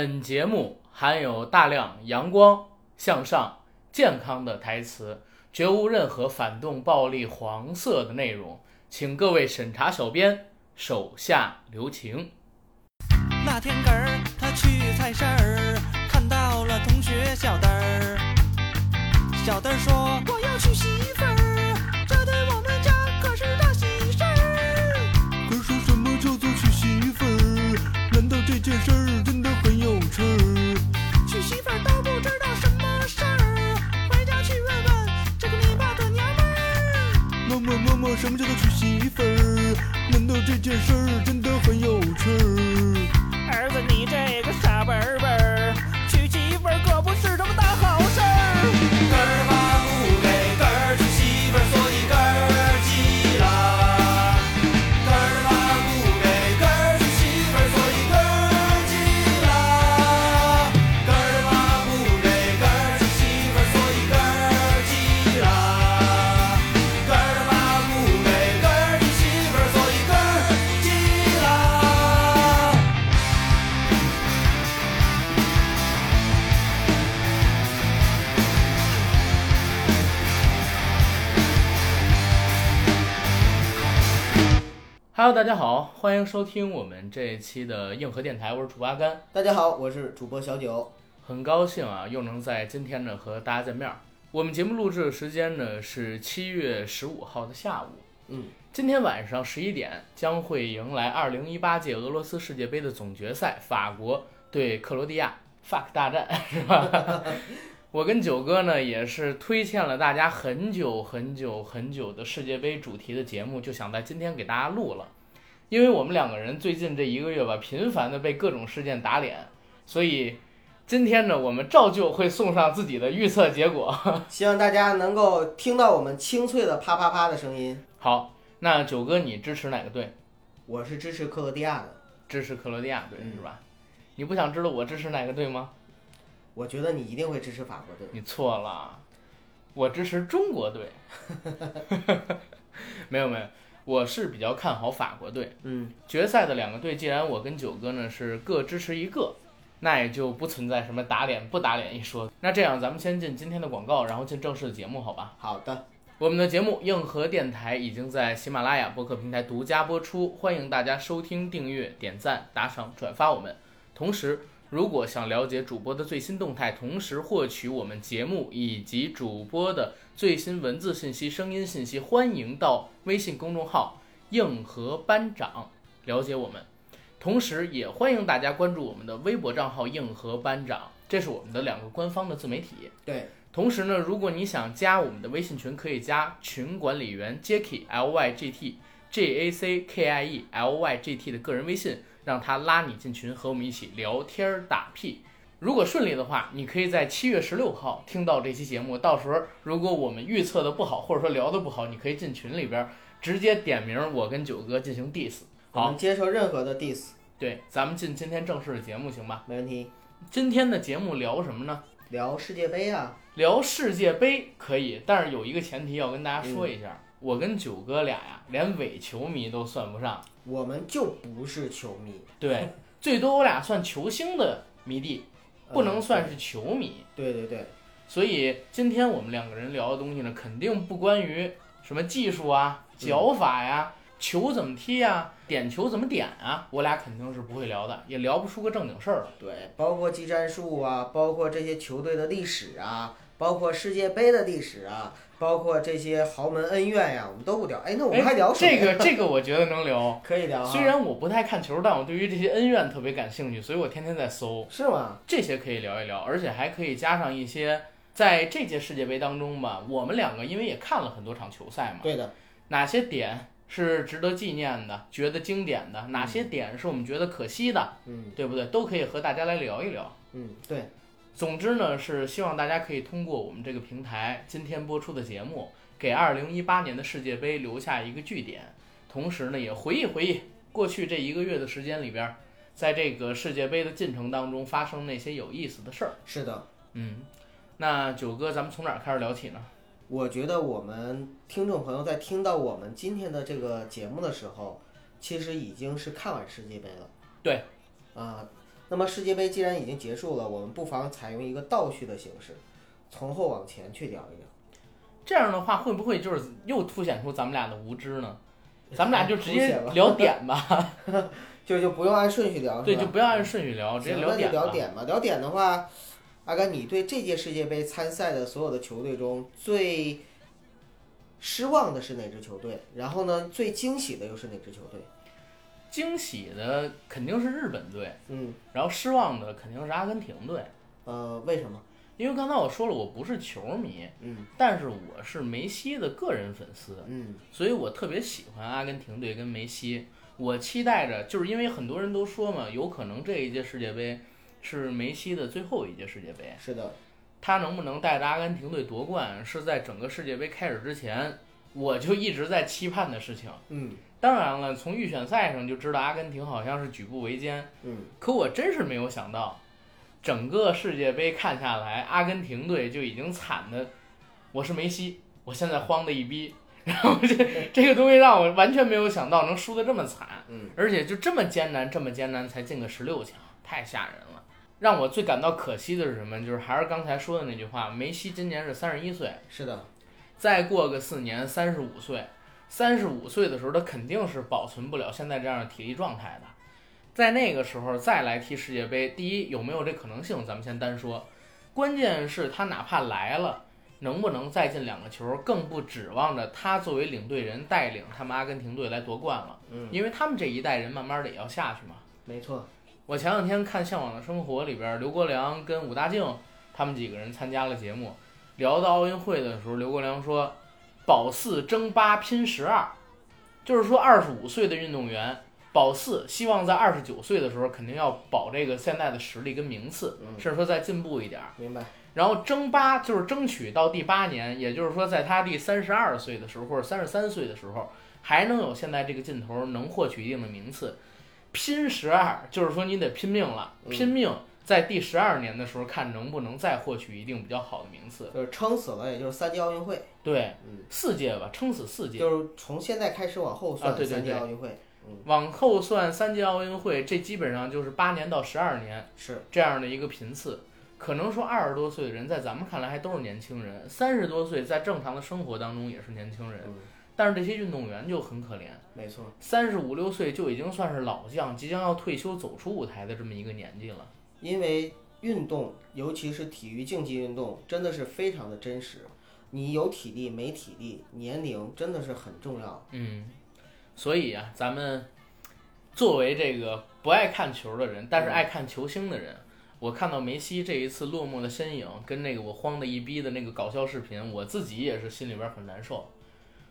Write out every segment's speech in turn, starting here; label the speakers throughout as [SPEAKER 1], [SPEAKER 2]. [SPEAKER 1] 本节目含有大量阳光、向上、健康的台词，绝无任何反动、暴力、黄色的内容，请各位审查小编手下留情。
[SPEAKER 2] 那天个儿，他去菜市儿，看到了同学小灯儿。小灯儿说：“我要娶媳妇儿，这对我们家可是大喜事儿。”可是什么叫做娶媳妇儿？难道这件事儿真的很有趣儿？娶媳妇儿都不知道什么事儿，回家去问问这个你爸的娘们儿。妈妈妈妈，什么叫做娶媳妇儿？难道这件事儿真的很有趣儿？
[SPEAKER 3] 儿子，你这个傻笨儿笨儿，娶媳妇儿可不是什么大好事儿。
[SPEAKER 2] 根儿妈不给根儿娶媳妇儿，所以根儿急了。根儿妈不给根儿娶媳妇儿，所以根儿急了。根儿妈不给根儿娶媳妇儿，所以根儿急了。根儿妈不给根儿娶媳妇儿，所以根儿急了。
[SPEAKER 1] Hello，大家好，欢迎收听我们这一期的硬核电台，我是主播阿甘，
[SPEAKER 4] 大家好，我是主播小九。
[SPEAKER 1] 很高兴啊，又能在今天呢和大家见面儿。我们节目录制的时间呢是七月十五号的下午，
[SPEAKER 4] 嗯，
[SPEAKER 1] 今天晚上十一点将会迎来二零一八届俄罗斯世界杯的总决赛，法国对克罗地亚 fuck 大战 是吧？我跟九哥呢也是推荐了大家很久很久很久的世界杯主题的节目，就想在今天给大家录了，因为我们两个人最近这一个月吧，频繁的被各种事件打脸，所以今天呢，我们照旧会送上自己的预测结果。
[SPEAKER 4] 希望大家能够听到我们清脆的啪啪啪的声音。
[SPEAKER 1] 好，那九哥你支持哪个队？
[SPEAKER 4] 我是支持克罗地亚的，
[SPEAKER 1] 支持克罗地亚队
[SPEAKER 4] 嗯
[SPEAKER 1] 是吧？你不想知道我支持哪个队吗？
[SPEAKER 4] 我觉得你一定会支持法国队。
[SPEAKER 1] 你错了，我支持中国队。 没有没有，我是比较看好法国队。
[SPEAKER 4] 嗯，
[SPEAKER 1] 决赛的两个队，既然我跟九哥呢是各支持一个，那也就不存在什么打脸不打脸一说。那这样，咱们先进今天的广告，然后进正式的节目，好吧？
[SPEAKER 4] 好的，
[SPEAKER 1] 我们的节目《硬核电台》已经在喜马拉雅播客平台独家播出，欢迎大家收听、订阅、点赞、打赏、转发我们。同时，如果想了解主播的最新动态，同时获取我们节目以及主播的最新文字信息、声音信息，欢迎到微信公众号“硬核班长”了解我们。同时，也欢迎大家关注我们的微博账号“硬核班长”，这是我们的两个官方的自媒体。
[SPEAKER 4] 对，
[SPEAKER 1] 同时呢，如果你想加我们的微信群，可以加群管理员 Jacky L Y G T J A C K I E L Y G T 的个人微信，让他拉你进群，和我们一起聊天儿打屁。如果顺利的话，你可以在七月十六号听到这期节目。到时候如果我们预测的不好，或者说聊的不好，你可以进群里边儿直接点名我跟九哥进行 diss。
[SPEAKER 4] 我
[SPEAKER 1] 好
[SPEAKER 4] 们，接受任何的 diss，
[SPEAKER 1] 对，咱们进今天正式的节目行吧？
[SPEAKER 4] 没问题。
[SPEAKER 1] 今天的节目聊什么呢？
[SPEAKER 4] 聊世界杯啊，
[SPEAKER 1] 聊世界杯可以，但是有一个前提要跟大家
[SPEAKER 4] 嗯
[SPEAKER 1] 说一下，我跟九哥俩呀，连伪球迷都算不 上，
[SPEAKER 4] 我们就不是球迷，
[SPEAKER 1] 对，最多我俩算球星的迷弟，不能
[SPEAKER 4] 嗯
[SPEAKER 1] 算是球迷。
[SPEAKER 4] 呃对对对，
[SPEAKER 1] 所以今天我们两个人聊的东西呢，肯定不关于什么技术啊、
[SPEAKER 4] 嗯
[SPEAKER 1] 脚法呀、球怎么踢呀、点球怎么点啊，我俩肯定是不会聊的，也聊不出个正经事儿来。
[SPEAKER 4] 对，包括技战术啊，包括这些球队的历史啊，包括世界杯的历史啊，包括这些豪门恩怨呀、我们都不聊。哎，那我们还聊什么
[SPEAKER 1] 这
[SPEAKER 4] 呀
[SPEAKER 1] 个这个，我觉得能聊。
[SPEAKER 4] 可以聊 啊，
[SPEAKER 1] 虽然我不太看球，但我对于这些恩怨特别感兴趣，所以我天天在搜。
[SPEAKER 4] 是吗？
[SPEAKER 1] 这些可以聊一聊，而且还可以加上一些在这届世界杯当中吧，我们两个因为也看了很多场球赛嘛，
[SPEAKER 4] 对的，
[SPEAKER 1] 哪些点是值得纪念的，觉得经典的，哪些点是我们觉得可惜的，
[SPEAKER 4] 嗯
[SPEAKER 1] 对不对？都可以和大家来聊一聊。
[SPEAKER 4] 嗯，对。
[SPEAKER 1] 总之呢，是希望大家可以通过我们这个平台今天播出的节目，给2018年的世界杯留下一个据点，同时呢，也回忆回忆过去这一个月的时间里边儿，在这个世界杯的进程当中发生那些有意思的事儿。
[SPEAKER 4] 是的，
[SPEAKER 1] 嗯，那九哥，咱们从哪儿开始聊起呢？
[SPEAKER 4] 我觉得我们听众朋友在听到我们今天的这个节目的时候，其实已经是看完世界杯了。
[SPEAKER 1] 对，
[SPEAKER 4] 啊、那么世界杯既然已经结束了，我们不妨采用一个倒叙的形式，从后往前去聊一聊。
[SPEAKER 1] 这样的话，会不会就是又凸显出咱们俩的无知呢？咱们俩就直
[SPEAKER 4] 凸
[SPEAKER 1] 接
[SPEAKER 4] 显吧
[SPEAKER 1] 聊点吧，
[SPEAKER 4] 就就不用按顺序聊，
[SPEAKER 1] 对，
[SPEAKER 4] 是吧
[SPEAKER 1] 就不要按顺序聊，直接
[SPEAKER 4] 行那就
[SPEAKER 1] 点吧。
[SPEAKER 4] 聊点吧。聊点的话，阿甘，你对这届世界杯参赛的所有的球队中最失望的是哪支球队？然后呢，最惊喜的又是哪支球队？
[SPEAKER 1] 惊喜的肯定是日本队，
[SPEAKER 4] 嗯，
[SPEAKER 1] 然后失望的肯定是阿根廷队，
[SPEAKER 4] 呃，为什么？
[SPEAKER 1] 因为刚才我说了，我不是球迷，
[SPEAKER 4] 嗯
[SPEAKER 1] 但是我是梅西的个人粉丝，
[SPEAKER 4] 嗯
[SPEAKER 1] 所以我特别喜欢阿根廷队跟梅西。我期待着，就是因为很多人都说嘛，有可能这一届世界杯是梅西的最后一届世界杯，
[SPEAKER 4] 是的，
[SPEAKER 1] 他能不能带着阿根廷队夺冠，是在整个世界杯开始之前，我就一直在期盼的事情。
[SPEAKER 4] 嗯
[SPEAKER 1] 当然了，从预选赛上就知道阿根廷好像是举步维艰，
[SPEAKER 4] 嗯，
[SPEAKER 1] 可我真是没有想到，整个世界杯看下来，阿根廷队就已经惨的，我是梅西，我现在慌的一逼，然后这这个东西让我完全没有想到能输的这么惨，
[SPEAKER 4] 嗯，
[SPEAKER 1] 而且就这么艰难，这么艰难才进个十六强，太吓人了。让我最感到可惜的是什么？就是还是刚才说的那句话，梅西今年是三十一岁，
[SPEAKER 4] 是的，
[SPEAKER 1] 再过个四年三十五岁，三十五岁的时候他肯定是保存不了现在这样的体力状态的，在那个时候再来踢世界杯，第一有没有这可能性咱们先单说，关键是他哪怕来了，能不能再进两个球，更不指望着他作为领队人带领他们阿根廷队来夺冠了，
[SPEAKER 4] 嗯，
[SPEAKER 1] 因为他们这一代人慢慢的也要下去嘛。
[SPEAKER 4] 没错，
[SPEAKER 1] 我前两天看《向往的生活》里边，刘国梁跟武大靖他们几个人参加了节目，聊到奥运会的时候，刘国梁说：“保四争八拼十二，就是说二十五岁的运动员保四，希望在二十九岁的时候肯定要保这个现在的实力跟名次，
[SPEAKER 4] 嗯
[SPEAKER 1] 甚至说再进步一点儿。
[SPEAKER 4] 明白，
[SPEAKER 1] 然后争八就是争取到第八年，也就是说，在他第三十二岁的时候或者三十三岁的时候，还能有现在这个劲头，能获取一定的名次。拼十二就是说你得拼命了，
[SPEAKER 4] 嗯
[SPEAKER 1] 拼命在第十二年的时候看能不能再获取一定比较好的名次。
[SPEAKER 4] 就是撑死了，也就是三届奥运会，
[SPEAKER 1] 对，
[SPEAKER 4] 嗯，
[SPEAKER 1] 四届吧，撑死四届，
[SPEAKER 4] 就是从现在开始往后算
[SPEAKER 1] 啊对对
[SPEAKER 4] 三届
[SPEAKER 1] 对
[SPEAKER 4] 奥运会，嗯
[SPEAKER 1] 往后算三届奥运会，这基本上就是八年到十二年。
[SPEAKER 4] 是，
[SPEAKER 1] 这样的一个频次。可能说二十多岁的人在咱们看来还都是年轻人，三十多岁在正常的生活当中也是年轻人，
[SPEAKER 4] 嗯，
[SPEAKER 1] 但是这些运动员就很可怜，
[SPEAKER 4] 没错，
[SPEAKER 1] 三十五六岁就已经算是老将，即将要退休走出舞台的这么一个年纪了。
[SPEAKER 4] 因为运动，尤其是体育竞技运动，真的是非常的真实。你有体力没体力，年龄真的是很重要。
[SPEAKER 1] 嗯，所以啊，咱们作为这个不爱看球的人，但是爱看球星的人，我看到梅西这一次落寞的身影，跟那个我慌的一逼的那个搞笑视频，我自己也是心里边很难受。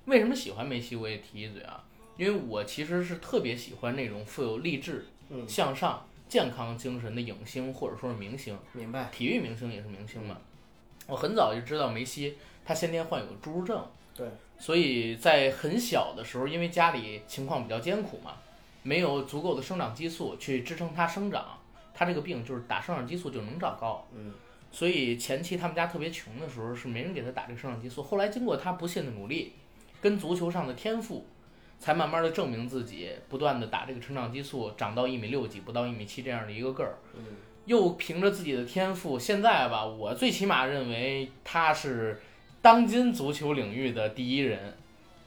[SPEAKER 1] 为什么喜欢梅西？我也提一嘴啊，因为我其实是特别喜欢那种富有励志、
[SPEAKER 4] 嗯，
[SPEAKER 1] 向上、健康精神的影星或者说是明星。
[SPEAKER 4] 明白。
[SPEAKER 1] 体育明星也是明星嘛。我很早就知道梅西他先天患有侏儒症，
[SPEAKER 4] 对，
[SPEAKER 1] 所以在很小的时候，因为家里情况比较艰苦嘛，没有足够的生长激素去支撑他生长，他这个病就是打生长激素就能长高。
[SPEAKER 4] 嗯，
[SPEAKER 1] 所以前期他们家特别穷的时候是没人给他打这个生长激素，后来经过他不懈的努力，跟足球上的天赋。才慢慢的证明自己，不断的打这个成长激素，长到一米六几，不到一米七这样的一个个儿，
[SPEAKER 4] 嗯，
[SPEAKER 1] 又凭着自己的天赋，现在吧，我最起码认为他是当今足球领域的第一人。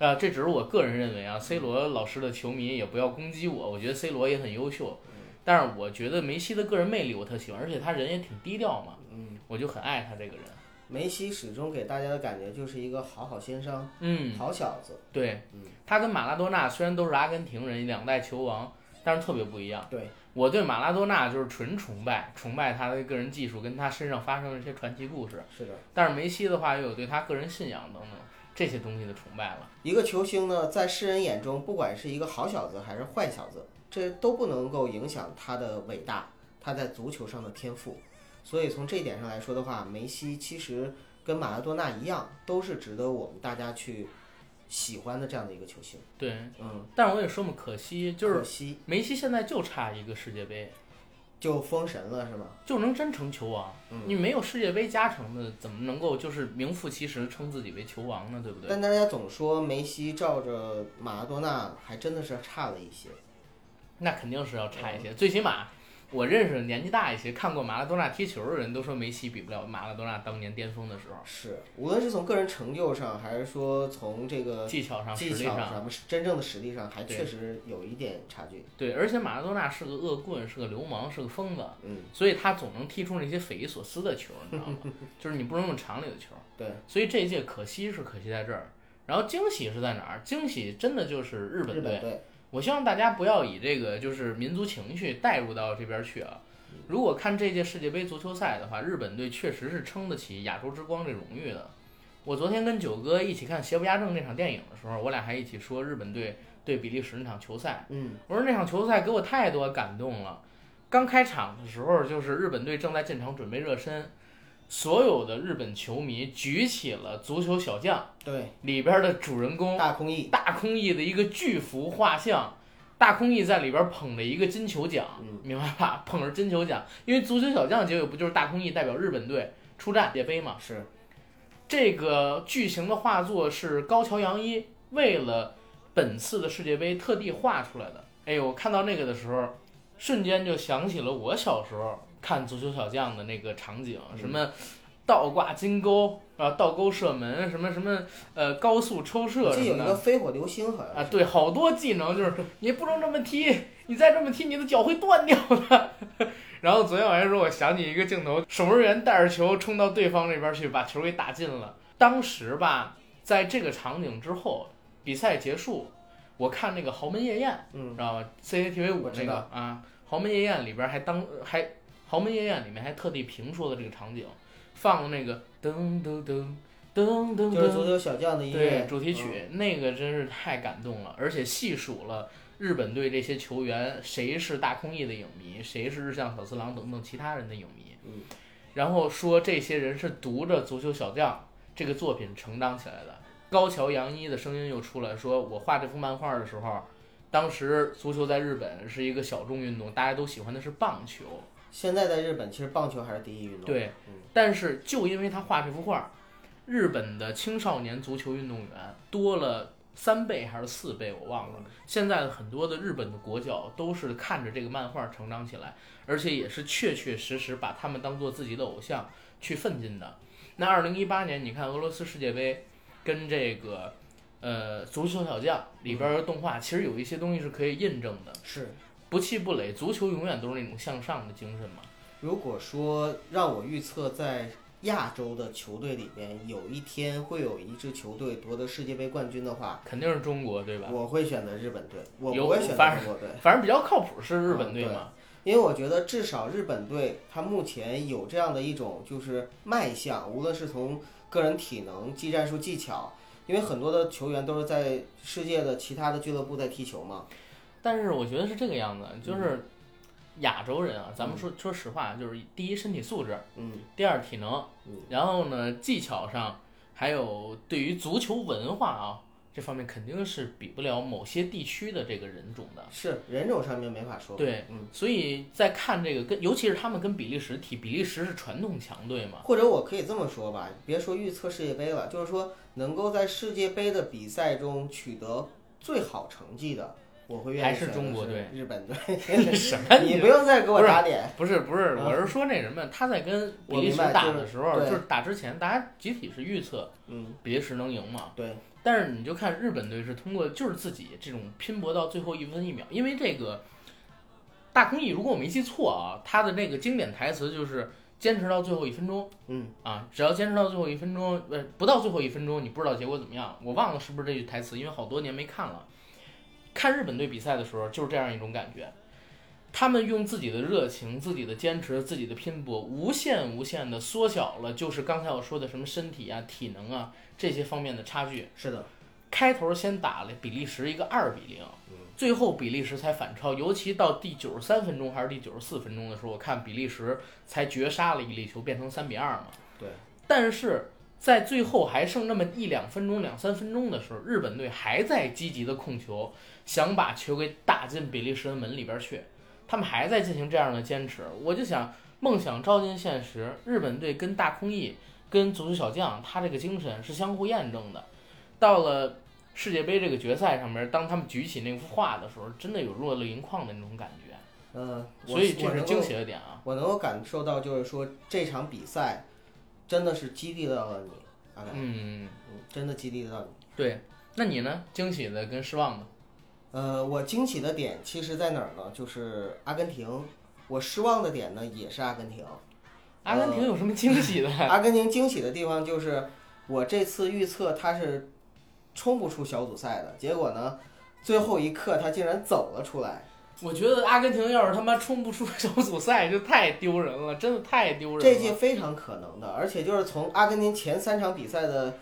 [SPEAKER 1] 呃，这只是我个人认为啊，C 罗
[SPEAKER 4] 嗯
[SPEAKER 1] 老师的球迷也不要攻击我，我觉得 C 罗也很优秀，
[SPEAKER 4] 嗯
[SPEAKER 1] 但是我觉得梅西的个人魅力我特喜欢，而且他人也挺低调嘛，
[SPEAKER 4] 嗯，
[SPEAKER 1] 我就很爱他这个人。
[SPEAKER 4] 梅西始终给大家的感觉就是一个好好先生、
[SPEAKER 1] 嗯，
[SPEAKER 4] 好小子。
[SPEAKER 1] 对
[SPEAKER 4] 嗯，
[SPEAKER 1] 他跟马拉多纳虽然都是阿根廷人，两代球王，但是特别不一样。
[SPEAKER 4] 对，
[SPEAKER 1] 我对马拉多纳就是纯崇拜，崇拜他的个人技术跟他身上发生的这些传奇故事。
[SPEAKER 4] 是的，
[SPEAKER 1] 但是梅西的话又有对他个人信仰等等这些东西的崇拜了。
[SPEAKER 4] 一个球星呢，在世人眼中，不管是一个好小子还是坏小子，这都不能够影响他的伟大，他在足球上的天赋。所以从这一点上来说的话，梅西其实跟马拉多纳一样，都是值得我们大家去喜欢的这样的一个球星。
[SPEAKER 1] 对，
[SPEAKER 4] 嗯，
[SPEAKER 1] 但是我也说嘛，可惜就是
[SPEAKER 4] 可惜
[SPEAKER 1] 梅西现在就差一个世界杯，
[SPEAKER 4] 就封神了，是吗？
[SPEAKER 1] 就能真成球王。
[SPEAKER 4] 嗯
[SPEAKER 1] 你没有世界杯加成的，怎么能够就是名副其实称自己为球王呢？对不对？
[SPEAKER 4] 但大家总说梅西照着马拉多纳，还真的是差了一些。嗯
[SPEAKER 1] 那肯定是要差一些，最起码我认识年纪大一些、看过马拉多纳踢球的人都说梅西比不了马拉多纳当年巅峰的时候，
[SPEAKER 4] 是，无论是从个人成就上，还是说从这个
[SPEAKER 1] 技巧上、实
[SPEAKER 4] 呃技
[SPEAKER 1] 力
[SPEAKER 4] 巧
[SPEAKER 1] 上，
[SPEAKER 4] 上，真正的实力上，还
[SPEAKER 1] 对
[SPEAKER 4] 确实有一点差距。
[SPEAKER 1] 对，而且马拉多纳是个恶棍，是个流氓，是个疯子，
[SPEAKER 4] 嗯，
[SPEAKER 1] 所以他总能踢出那些匪夷所思的球，你知 道吗？就是你不能用常理的球。
[SPEAKER 4] 对，
[SPEAKER 1] 所以这一届可惜是可惜在这儿，然后惊喜是在哪儿？惊喜真的就是日
[SPEAKER 4] 日
[SPEAKER 1] 本队
[SPEAKER 4] 本。队
[SPEAKER 1] 我希望大家不要以这个就是民族情绪带入到这边去啊。如果看这届世界杯足球赛的话，日本队确实是撑得起亚洲之光这荣誉的。我昨天跟九哥一起看《邪不压正》那场电影的时候，我俩还一起说日本队对比利时那场球赛。
[SPEAKER 4] 嗯，
[SPEAKER 1] 我说那场球赛给我太多感动了。刚开场的时候，就是日本队正在进场准备热身，所有的日本球迷举起了《足球小将》
[SPEAKER 4] 对，
[SPEAKER 1] 里边的主人公
[SPEAKER 4] 大空翼，
[SPEAKER 1] 大空翼的一个巨幅画像，大空翼在里边捧着一个金球奖，
[SPEAKER 4] 嗯
[SPEAKER 1] 明白吧？ 捧着金球奖，因为足球小将结尾不就是大空翼代表日本队出战世界杯嘛？
[SPEAKER 4] 是
[SPEAKER 1] 这个巨型的画作是高桥洋一为了本次的世界杯特地画出来的。哎呦，我看到那个的时候，瞬间就想起了我小时候看足球小将的那个场景，
[SPEAKER 4] 嗯
[SPEAKER 1] 什么倒挂金钩啊，倒钩射门，什么什么呃高速抽射
[SPEAKER 4] 我
[SPEAKER 1] 什
[SPEAKER 4] 记得有
[SPEAKER 1] 么
[SPEAKER 4] 一
[SPEAKER 1] 的
[SPEAKER 4] 个。飞火流星，好
[SPEAKER 1] 啊
[SPEAKER 4] 像，是
[SPEAKER 1] 对，好多技能就是你不能这么踢，你再这么踢，你的脚会断掉的。 然后昨天晚上说，我想起一个镜头，守门员带着球冲到对方那边去，把球给打进了。当时吧，在这个场景之后，比赛结束，我看那个《豪门夜宴》，
[SPEAKER 4] 嗯
[SPEAKER 1] 知道吧？CCTV 五
[SPEAKER 4] 我
[SPEAKER 1] 这
[SPEAKER 4] 知
[SPEAKER 1] 个
[SPEAKER 4] 道
[SPEAKER 1] 啊，《豪门夜宴》里边还当还《豪门夜宴》里面还特地评说了这个场景，放了那个噔噔噔噔噔
[SPEAKER 4] 就是
[SPEAKER 1] 噔
[SPEAKER 4] 足球小将的音
[SPEAKER 1] 对
[SPEAKER 4] 乐嗯
[SPEAKER 1] 主题曲、那个真是太感动了，而且细数了日本队这些球员，谁是大空翼的影迷，谁是日向小次郎等等其他人的影迷，
[SPEAKER 4] 嗯，
[SPEAKER 1] 然后说这些人是读着《足球小将》这个作品成长起来的。高桥洋一的声音又出来说，我画这幅漫画的时候，当时足球在日本是一个小众运动，大家都喜欢的是棒球，
[SPEAKER 4] 嗯现在在日本，其实棒球还是第一运动。
[SPEAKER 1] 对
[SPEAKER 4] 嗯，
[SPEAKER 1] 但是就因为他画这幅画，日本的青少年足球运动员多了三倍还是四倍，我忘了。现在很多的日本的国脚都是看着这个漫画成长起来，而且也是确确实实把他们当做自己的偶像去奋进的。那二零一八年，你看俄罗斯世界杯跟这个呃足球小将里边的动画，其实有一些东西是可以印证的，
[SPEAKER 4] 是。
[SPEAKER 1] 不气不馁，足球永远都是那种向上的精神嘛。
[SPEAKER 4] 如果说让我预测在亚洲的球队里边有一天会有一支球队夺得世界杯冠军的话，
[SPEAKER 1] 肯定是中国，对吧？
[SPEAKER 4] 我会选择日本队，我
[SPEAKER 1] 有
[SPEAKER 4] 不会选
[SPEAKER 1] 反
[SPEAKER 4] 择
[SPEAKER 1] 而
[SPEAKER 4] 中国队，
[SPEAKER 1] 反正比较靠谱是日本队嘛，
[SPEAKER 4] 因为我觉得至少日本队他目前有这样的一种就是卖相，无论是从个人体能、技战术技巧，因为很多的球员都是在世界的其他的俱乐部在踢球嘛，
[SPEAKER 1] 但是我觉得是这个样子，就是亚洲人啊，咱们说说实话，就是第一身体素质，
[SPEAKER 4] 嗯
[SPEAKER 1] 第二体能
[SPEAKER 4] 嗯，
[SPEAKER 1] 然后呢技巧上，还有对于足球文化啊这方面肯定是比不了某些地区的这个人种的。
[SPEAKER 4] 是人种上面没法说，
[SPEAKER 1] 对
[SPEAKER 4] 嗯。
[SPEAKER 1] 所以在看这个跟，尤其是他们跟比利时踢，比利时是传统强队嘛，
[SPEAKER 4] 或者我可以这么说吧，别说预测世界杯了，就是说能够在世界杯的比赛中取得最好成绩的，我会愿意
[SPEAKER 1] 还是
[SPEAKER 4] 选择
[SPEAKER 1] 中国队
[SPEAKER 4] 日本队。
[SPEAKER 1] 什么
[SPEAKER 4] 你不用再给我打脸，
[SPEAKER 1] 不是不是，
[SPEAKER 4] 嗯
[SPEAKER 1] 我是说那什么，他在跟比
[SPEAKER 4] 我
[SPEAKER 1] 利时
[SPEAKER 4] 明白
[SPEAKER 1] 打
[SPEAKER 4] 就是
[SPEAKER 1] 的时候，
[SPEAKER 4] 对
[SPEAKER 1] 就是打之前，大家集体是预测
[SPEAKER 4] 嗯，
[SPEAKER 1] 比利时能赢嘛？
[SPEAKER 4] 对。
[SPEAKER 1] 但是你就看日本队是通过就是自己这种拼搏到最后一分一秒，因为这个大空翼，如果我没记错啊，他的那个经典台词就是坚持到最后一分钟，
[SPEAKER 4] 嗯
[SPEAKER 1] 啊，只要坚持到最后一分钟，呃，不到最后一分钟，你不知道结果怎么样。我忘了是不是这句台词，因为好多年没看了。看日本队比赛的时候就是这样一种感觉，他们用自己的热情、自己的坚持、自己的拼搏，无限无限的缩小了，就是刚才我说的什么身体啊、体能啊这些方面的差距。
[SPEAKER 4] 是的，
[SPEAKER 1] 开头先打了比利时一个二比零
[SPEAKER 4] 嗯，
[SPEAKER 1] 最后比利时才反超，尤其到第九十三分钟还是第九十四分钟的时候，我看比利时才绝杀了一粒球，变成三比二嘛。
[SPEAKER 4] 对，
[SPEAKER 1] 但是在最后还剩那么一两分钟、两三分钟的时候，日本队还在积极的控球，想把球给打进比利时的门里边去，他们还在进行这样的坚持。我就想，梦想照进现实，日本队跟大空翼、跟足球小将，他这个精神是相互验证的。到了世界杯这个决赛上面，当他们举起那幅画的时候，真的有热泪盈眶的那种感觉。
[SPEAKER 4] 呃，我
[SPEAKER 1] 所以这
[SPEAKER 4] 我
[SPEAKER 1] 是
[SPEAKER 4] 能
[SPEAKER 1] 惊
[SPEAKER 4] 够
[SPEAKER 1] 喜的点啊。
[SPEAKER 4] 我能够感受到，就是说这场比赛真的是激励到了你，阿甘，
[SPEAKER 1] 嗯，
[SPEAKER 4] 嗯真的激励到你。
[SPEAKER 1] 对。那你呢？惊喜的跟失望的，
[SPEAKER 4] 呃，我惊喜的点其实在哪儿呢？就是阿根廷。我失望的点呢，也是阿根廷。
[SPEAKER 1] 阿根
[SPEAKER 4] 呃
[SPEAKER 1] 廷有什么惊喜的？
[SPEAKER 4] 阿根廷惊喜的地方就是，我这次预测他是冲不出小组赛的，结果呢，最后一刻他竟然走了出来。
[SPEAKER 1] 我觉得阿根廷要是他妈冲不出小组赛，这太丢人了，真的太丢人了。
[SPEAKER 4] 这届非常可能的，而且就是从阿根廷前三场比赛的，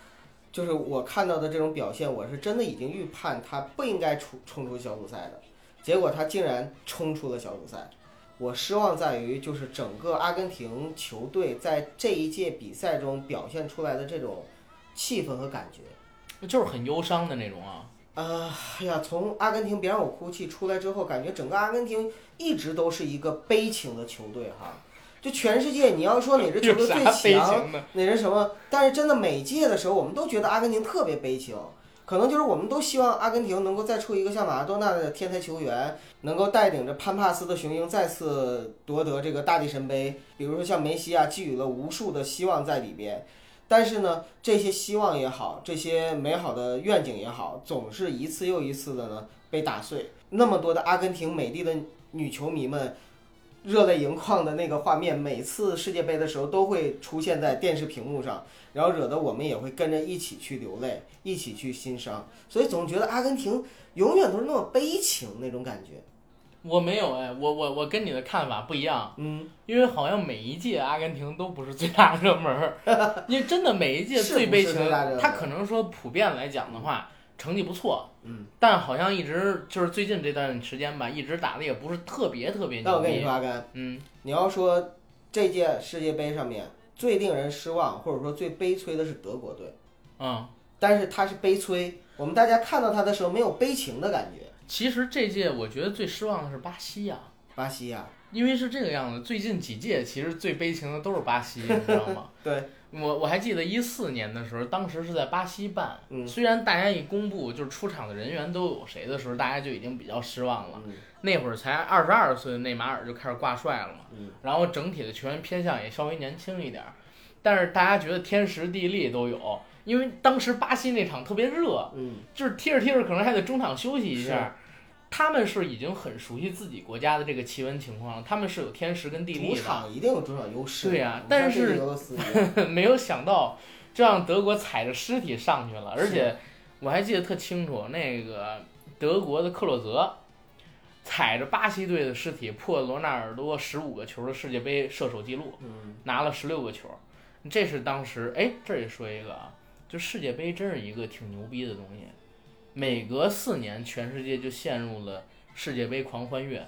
[SPEAKER 4] 就是我看到的这种表现，我是真的已经预判他不应该冲冲出小组赛的，结果他竟然冲出了小组赛。我失望在于，就是整个阿根廷球队在这一届比赛中表现出来的这种气氛和感觉。
[SPEAKER 1] 就是很忧伤的那种啊。
[SPEAKER 4] 啊、哎呀，从阿根廷别让我哭泣出来之后，感觉整个阿根廷一直都是一个悲情的球队哈。就全世界，你要说哪支球
[SPEAKER 1] 有
[SPEAKER 4] 队
[SPEAKER 1] 啥
[SPEAKER 4] 最
[SPEAKER 1] 悲
[SPEAKER 4] 强，
[SPEAKER 1] 情的？
[SPEAKER 4] 哪支什么，但是真的每届的时候，我们都觉得阿根廷特别悲情。可能就是我们都希望阿根廷能够再出一个像马拉多纳的天才球员，能够带领着潘帕斯的雄鹰再次夺得这个大力神杯。比如说像梅西啊，寄予了无数的希望在里边。但是呢，这些希望也好，这些美好的愿景也好，总是一次又一次的呢被打碎。那么多的阿根廷美丽的女球迷们，热泪盈眶的那个画面，每次世界杯的时候都会出现在电视屏幕上，然后惹得我们也会跟着一起去流泪，一起去心伤。所以总觉得阿根廷永远都是那么悲情那种感觉。
[SPEAKER 1] 我没有哎，我我我跟你的看法不一样，
[SPEAKER 4] 嗯，
[SPEAKER 1] 因为好像每一届阿根廷都不是最大热门儿， 因为真的每一届
[SPEAKER 4] 是不
[SPEAKER 1] 最
[SPEAKER 4] 是
[SPEAKER 1] 悲情
[SPEAKER 4] 最大热门，儿
[SPEAKER 1] 他可能说普遍来讲的话，成绩不错，
[SPEAKER 4] 嗯，
[SPEAKER 1] 但好像一直就是最近这段时间吧，一直打的也不是特别特别
[SPEAKER 4] 但
[SPEAKER 1] 牛
[SPEAKER 4] 我跟你
[SPEAKER 1] 逼
[SPEAKER 4] 说，，阿甘，
[SPEAKER 1] 嗯，
[SPEAKER 4] 你要说这届世界杯上面最令人失望或者说最悲催的是德国队，
[SPEAKER 1] 嗯，
[SPEAKER 4] 但是他是悲催，我们大家看到他的时候没有悲情的感觉。
[SPEAKER 1] 其实这届我觉得最失望的是巴西呀、
[SPEAKER 4] 巴西呀、
[SPEAKER 1] 因为是这个样子，最近几届其实最悲情的都是巴西，你知道吗？
[SPEAKER 4] 对，
[SPEAKER 1] 我我还记得一四年的时候，当时是在巴西办，
[SPEAKER 4] 嗯
[SPEAKER 1] 虽然大家一公布就是出场的人员都有谁的时候，大家就已经比较失望了。
[SPEAKER 4] 嗯
[SPEAKER 1] 那会儿才二十二岁的内马尔就开始挂帅了嘛，
[SPEAKER 4] 嗯
[SPEAKER 1] 然后整体的球员偏向也稍微年轻一点儿，但是大家觉得天时地利都有，因为当时巴西那场特别热，
[SPEAKER 4] 嗯，
[SPEAKER 1] 就是踢着踢着可能还得中场休息一下。他们是已经很熟悉自己国家的这个气温情况了，他们是有天时跟地利
[SPEAKER 4] 主
[SPEAKER 1] 的，
[SPEAKER 4] 场一定有主场优势。
[SPEAKER 1] 对呀
[SPEAKER 4] 你
[SPEAKER 1] 但
[SPEAKER 4] 像这
[SPEAKER 1] 是
[SPEAKER 4] 届俄罗斯一 样
[SPEAKER 1] 没有想到就让德国踩着尸体上去了，而且我还记得特清楚，那个德国的克洛泽踩着巴西队的尸体破罗纳尔多十五个球的世界杯射手记录，
[SPEAKER 4] 嗯，
[SPEAKER 1] 拿了十六个球，这是当时哎，这儿也说一个啊，就世界杯真是一个挺牛逼的东西，每隔四年全世界就陷入了世界杯狂欢月。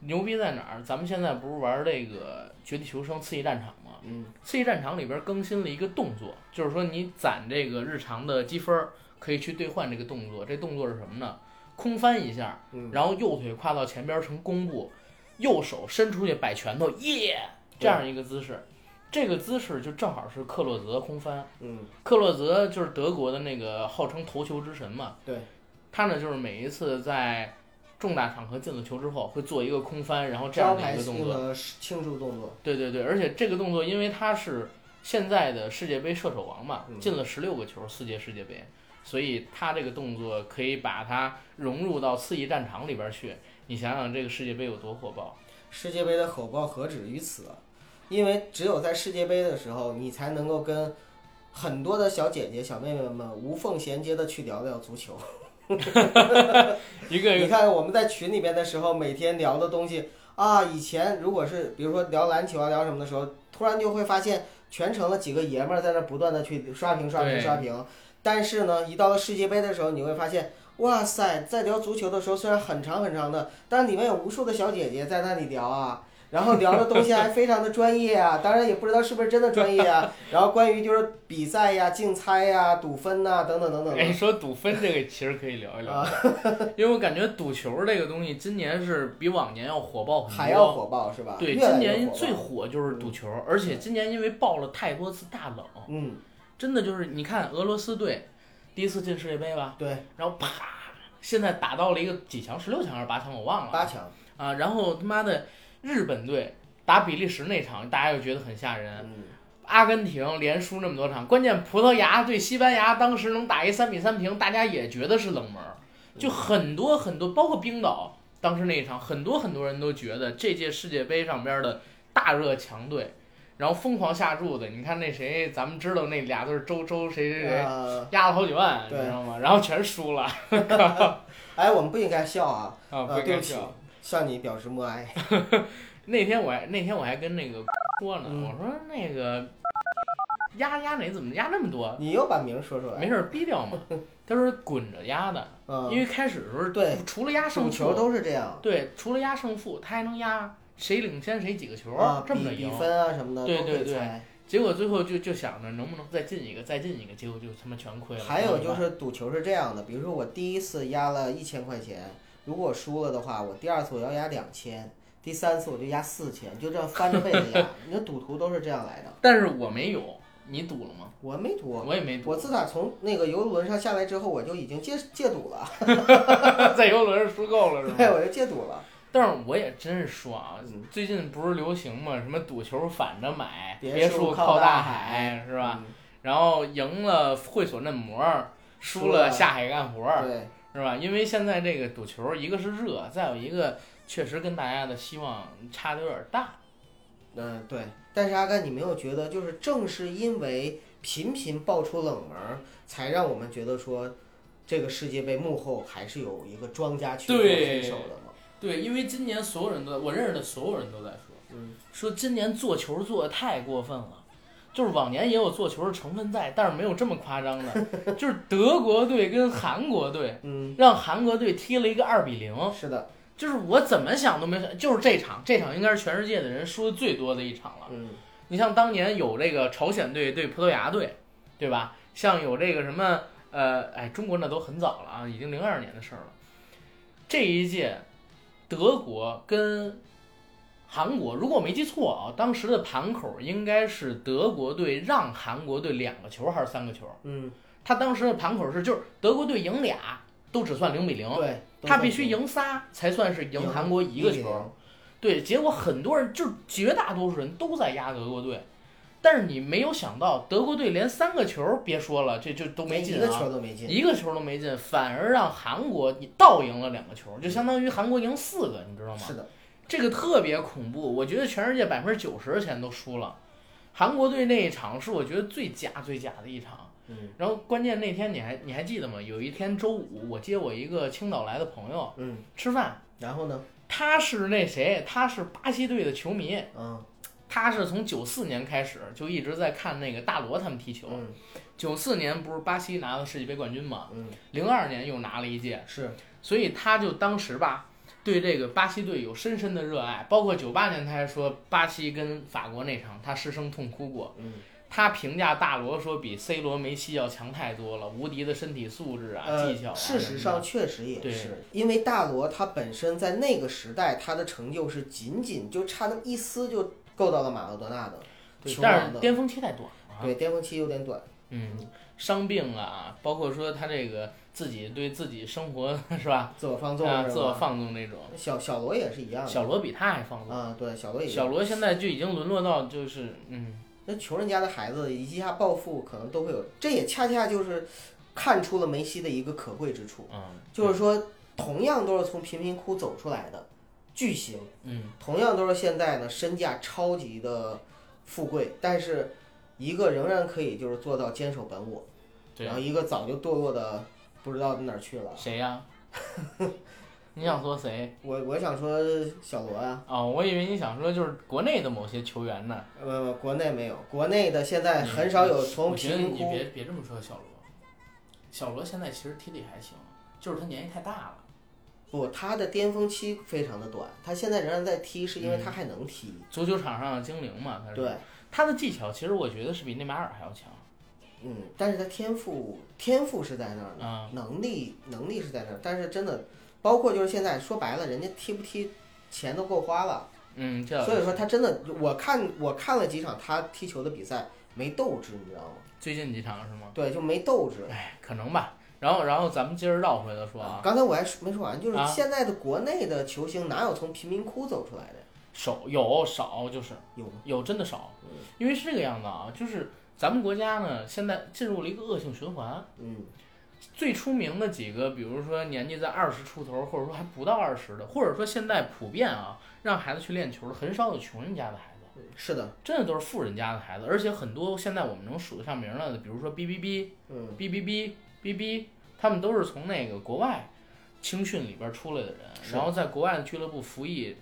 [SPEAKER 1] 牛逼在哪儿？咱们现在不是玩这个《绝地求生：刺激战场》吗？
[SPEAKER 4] 嗯，
[SPEAKER 1] 刺激战场里边更新了一个动作，就是说你攒这个日常的积分儿，可以去兑换这个动作。这动作是什么呢？空翻一下
[SPEAKER 4] 嗯，
[SPEAKER 1] 然后右腿跨到前边成弓步，右手伸出去摆拳头，耶，这样一个姿势。这个姿势就正好是克洛泽空翻。
[SPEAKER 4] 嗯，
[SPEAKER 1] 克洛泽就是德国的那个号称头球之神嘛。
[SPEAKER 4] 对，
[SPEAKER 1] 他呢就是每一次在重大场合进了球之后，会做一个空翻，然后这
[SPEAKER 4] 招
[SPEAKER 1] 样的
[SPEAKER 4] 牌
[SPEAKER 1] 一个动
[SPEAKER 4] 性
[SPEAKER 1] 作。
[SPEAKER 4] 的庆祝动作。
[SPEAKER 1] 对对对，而且这个动作，因为他是现在的世界杯射手王嘛，
[SPEAKER 4] 嗯
[SPEAKER 1] 进了十六个球，四届世界杯，所以他这个动作可以把它融入到刺激战场里边去。你想想这个世界杯有多火爆？
[SPEAKER 4] 世界杯的吼爆何止于此啊，因为只有在世界杯的时候，你才能够跟很多的小姐姐、小妹妹们无缝衔接的去聊聊足球。
[SPEAKER 1] 一个
[SPEAKER 4] 你看我们在群里边的时候，每天聊的东西啊，以前如果是比如说聊篮球啊、聊什么的时候，突然就会发现全成了几个爷们儿在那不断的去刷屏、刷
[SPEAKER 1] 对
[SPEAKER 4] 屏、刷屏。但是呢，一到了世界杯的时候，你会发现，哇塞，在聊足球的时候虽然很长很长的，但里面有无数的小姐姐在那里聊啊。然后聊的东西还非常的专业啊， 当然也不知道是不是真的专业啊。然后关于就是比赛呀、竞猜呀、赌分呐、等等等等
[SPEAKER 1] 哎，
[SPEAKER 4] 的，
[SPEAKER 1] 说赌分这个其实可以聊一聊，
[SPEAKER 4] 啊
[SPEAKER 1] 因为我感觉赌球这个东西今年是比往年要火爆很多，
[SPEAKER 4] 还要火爆是吧？
[SPEAKER 1] 对，
[SPEAKER 4] 越来
[SPEAKER 1] 今
[SPEAKER 4] 越
[SPEAKER 1] 年
[SPEAKER 4] 火爆
[SPEAKER 1] 最火就是赌球，而且今年因为爆了太多次大冷，
[SPEAKER 4] 嗯，
[SPEAKER 1] 真的就是你看俄罗斯队第一次进世界杯吧，
[SPEAKER 4] 对。
[SPEAKER 1] 然后啪，现在打到了一个几强，十六强还是八强，我忘了。
[SPEAKER 4] 八强，
[SPEAKER 1] 啊，然后他妈的日本队打比利时那场，大家又觉得很吓人。
[SPEAKER 4] 嗯，
[SPEAKER 1] 阿根廷连输那么多场，关键葡萄牙对西班牙当时能打一三比三平，大家也觉得是冷门儿，就很多很多，包括冰岛当时那一场，很多很多人都觉得这届世界杯上边的大热强队，然后疯狂下注的，你看那谁，咱们知道那俩都是周周谁谁谁。
[SPEAKER 4] 呃，
[SPEAKER 1] 压了好几万，你
[SPEAKER 4] 对
[SPEAKER 1] 知道吗？然后全输了，
[SPEAKER 4] 哎，我们不应该笑啊，
[SPEAKER 1] 啊，不
[SPEAKER 4] 呃，对
[SPEAKER 1] 该
[SPEAKER 4] 不起
[SPEAKER 1] 笑。，
[SPEAKER 4] 向你表示默哀。
[SPEAKER 1] 那天我还那天我还跟那个说呢，
[SPEAKER 4] 嗯
[SPEAKER 1] 我说那个压压哪怎么压那么多？
[SPEAKER 4] 你又把名说出来
[SPEAKER 1] 没，事儿逼 掉嘛。他说滚着压的，
[SPEAKER 4] 嗯，
[SPEAKER 1] 因为开始的时候，
[SPEAKER 4] 对，
[SPEAKER 1] 除了压胜
[SPEAKER 4] 赌球
[SPEAKER 1] 负，
[SPEAKER 4] 都是这样，
[SPEAKER 1] 对，除了压胜负，他还能压谁领先谁几个球，
[SPEAKER 4] 啊，
[SPEAKER 1] 这么着
[SPEAKER 4] 比
[SPEAKER 1] 赢
[SPEAKER 4] 比。分啊什么的，
[SPEAKER 1] 对
[SPEAKER 4] 都可以
[SPEAKER 1] 对对
[SPEAKER 4] 猜
[SPEAKER 1] 结果最后就就想着能不能再进一个，再进一个，结果就他妈全亏了。
[SPEAKER 4] 还有就
[SPEAKER 1] 怎么
[SPEAKER 4] 是赌球是这样的，比如说我第一次压了一千块钱，如果输了的话，我第二次我要压两千，第三次我就压四千，就这样翻着倍的压。 你的赌徒都是这样来的
[SPEAKER 1] 办，，但是我没有，你赌了吗？
[SPEAKER 4] 我没赌。
[SPEAKER 1] 我也没赌
[SPEAKER 4] 我，自打从那个游轮上下来之后，我就已经戒戒赌了，
[SPEAKER 1] 在游轮上输够了是
[SPEAKER 4] 对，
[SPEAKER 1] 吗？
[SPEAKER 4] 我就戒赌了。
[SPEAKER 1] 但是我也真是说啊
[SPEAKER 4] 嗯，
[SPEAKER 1] 最近不是流行嘛，什么赌球反着买，
[SPEAKER 4] 别
[SPEAKER 1] 别
[SPEAKER 4] 墅
[SPEAKER 1] 墅
[SPEAKER 4] 靠
[SPEAKER 1] 靠
[SPEAKER 4] 大
[SPEAKER 1] 大
[SPEAKER 4] 海
[SPEAKER 1] 海是吧？
[SPEAKER 4] 嗯？
[SPEAKER 1] 然后赢了会所嫩模儿，输
[SPEAKER 4] 输
[SPEAKER 1] 了
[SPEAKER 4] 了
[SPEAKER 1] 下海干活儿，
[SPEAKER 4] 对，
[SPEAKER 1] 是吧？因为现在这个赌球，一个是热，再有一个确实跟大家的希望差的有点大。
[SPEAKER 4] 嗯对。但是阿甘，你没有觉得，就是正是因为频频爆出冷门儿，才让我们觉得说，这个世界杯幕后还是有一个庄家去做
[SPEAKER 1] 对
[SPEAKER 4] 黑手的嘛？
[SPEAKER 1] 对，因为今年所有人都在，我认识的所有人都在说，
[SPEAKER 4] 嗯。
[SPEAKER 1] 说今年做球做的太过分了。就是往年也有做球的成分在，但是没有这么夸张的。 就是德国队跟韩国队，
[SPEAKER 4] 嗯，
[SPEAKER 1] 让韩国队踢了一个二比零，
[SPEAKER 4] 是的，
[SPEAKER 1] 就是我怎么想都没想，就是这场，这场应该是全世界的人输的最多的一场了。
[SPEAKER 4] 嗯，
[SPEAKER 1] 你像当年有这个朝鲜队对葡萄牙队，对吧？像有这个什么呃，哎，中国那都很早了啊，已经零二年的事儿了。这一届德国跟韩国，如果我没记错啊，当时的盘口应该是德国队让韩国队两个球还是三个球？
[SPEAKER 4] 嗯，
[SPEAKER 1] 他当时的盘口是就是德国队赢俩都只算零比零，
[SPEAKER 4] 对，
[SPEAKER 1] 哦他必须赢仨才算是赢韩国一个球。，对，结果很多人就是绝大多数人都在压德国队，但是你没有想到德国队连三个球别说了，这就都
[SPEAKER 4] 都
[SPEAKER 1] 没进
[SPEAKER 4] 一个
[SPEAKER 1] 啊，
[SPEAKER 4] 球都没进，
[SPEAKER 1] 一个球都没进，反而让韩国你倒赢了两个球，就相当于韩国赢四个，你知道吗？
[SPEAKER 4] 是的，
[SPEAKER 1] 这个特别恐怖，我觉得全世界百分之九十的钱都输了。韩国队那一场是我觉得最假最假的一场，
[SPEAKER 4] 嗯
[SPEAKER 1] 然后关键那天你还你还记得吗？有一天周五，我接我一个青岛来的朋友
[SPEAKER 4] 嗯，
[SPEAKER 1] 吃饭，
[SPEAKER 4] 然后呢，
[SPEAKER 1] 他是那谁，他是巴西队的球迷，
[SPEAKER 4] 嗯
[SPEAKER 1] 他是从九四年开始就一直在看那个大罗他们踢球。
[SPEAKER 4] 嗯
[SPEAKER 1] 九四年不是巴西拿了世界杯冠军嘛，
[SPEAKER 4] 嗯，
[SPEAKER 1] 零二年又拿了一届，
[SPEAKER 4] 是，
[SPEAKER 1] 所以他就当时吧，对这个巴西队有深深的热爱。包括九八年，他还说巴西跟法国那场，他失声痛哭过。
[SPEAKER 4] 嗯，
[SPEAKER 1] 他评价大罗说比 C 罗、梅西要强太多了，无敌的身体素质啊、技巧啊。
[SPEAKER 4] 呃，事实上，确实也是，因为大罗他本身在那个时代他的成就是仅仅就差那么一丝就够到了马拉多纳的，
[SPEAKER 1] 对
[SPEAKER 4] 球
[SPEAKER 1] 但
[SPEAKER 4] 王
[SPEAKER 1] 是
[SPEAKER 4] 的，
[SPEAKER 1] 巅峰期太短了啊。
[SPEAKER 4] 对，巅峰期有点短，
[SPEAKER 1] 嗯，伤病啊，包括说他这个自己对自己生活是吧？
[SPEAKER 4] 自我放纵
[SPEAKER 1] 啊，
[SPEAKER 4] 是
[SPEAKER 1] 自我
[SPEAKER 4] 吧，
[SPEAKER 1] 放纵那种。
[SPEAKER 4] 小小罗也是一样的，
[SPEAKER 1] 小罗比他还放纵，
[SPEAKER 4] 啊，对，小罗也是
[SPEAKER 1] 小罗现在就已经沦落到就是嗯，
[SPEAKER 4] 那穷人家的孩子一下暴富，可能都会有，这也恰恰就是看出了梅西的一个可贵之处，
[SPEAKER 1] 嗯，
[SPEAKER 4] 就是说，同样都是从贫民窟走出来的巨星，
[SPEAKER 1] 嗯，
[SPEAKER 4] 同样都是现在呢身价超级的富贵，但是一个仍然可以就是做到坚守本我，
[SPEAKER 1] 对
[SPEAKER 4] 然，后一个早就堕落的不知道哪儿去了。
[SPEAKER 1] 谁 呀、你想说谁？
[SPEAKER 4] 我我想说小罗啊，
[SPEAKER 1] 哦，我以为你想说就是国内的某些球员呢。
[SPEAKER 4] 呃，国内没有，国内的现在很少有
[SPEAKER 1] 嗯
[SPEAKER 4] 从
[SPEAKER 1] 我觉得
[SPEAKER 4] 贫民
[SPEAKER 1] 你
[SPEAKER 4] 窟
[SPEAKER 1] 别别这么说小罗，小罗现在其实踢的还行，就是他年纪太大了。
[SPEAKER 4] 不，他的巅峰期非常的短，他现在仍然在踢，是因为
[SPEAKER 1] 嗯
[SPEAKER 4] 他还能踢。
[SPEAKER 1] 足球场上的精灵嘛，他是
[SPEAKER 4] 对，
[SPEAKER 1] 他的技巧其实我觉得是比内马尔还要强。
[SPEAKER 4] 嗯，但是他天赋天赋是在那儿的，
[SPEAKER 1] 啊、
[SPEAKER 4] 能力能力是在那儿，但是真的，包括就是现在说白了，人家踢不踢，钱都够花了，
[SPEAKER 1] 嗯，这
[SPEAKER 4] 所以说他真的，我看我看了几场他踢球的比赛，没斗志，你知道吗？
[SPEAKER 1] 最近几场是吗？
[SPEAKER 4] 对，就没斗志。
[SPEAKER 1] 哎，可能吧。然后，然后咱们接着绕回来说啊，
[SPEAKER 4] 刚才我还说没说完，就是
[SPEAKER 1] 啊
[SPEAKER 4] 现在的国内的球星哪有从贫民窟走出来的？
[SPEAKER 1] 少有少就是
[SPEAKER 4] 有吗？
[SPEAKER 1] 有真的少
[SPEAKER 4] 嗯，
[SPEAKER 1] 因为是这个样子啊，就是咱们国家呢现在进入了一个恶性循环，
[SPEAKER 4] 嗯
[SPEAKER 1] 最出名的几个，比如说年纪在二十出头，或者说还不到二十的，或者说现在普遍啊让孩子去练球的，很少有穷人家的孩子，
[SPEAKER 4] 嗯，是的，
[SPEAKER 1] 真的都是富人家的孩子，而且很多现在我们能数得上名来的，比如说哔哔哔、
[SPEAKER 4] 嗯，
[SPEAKER 1] 哔哔哔、哔哔，他们都是从那个国外青训里边出来的人，
[SPEAKER 4] 是
[SPEAKER 1] 然后在国外的俱乐部服役，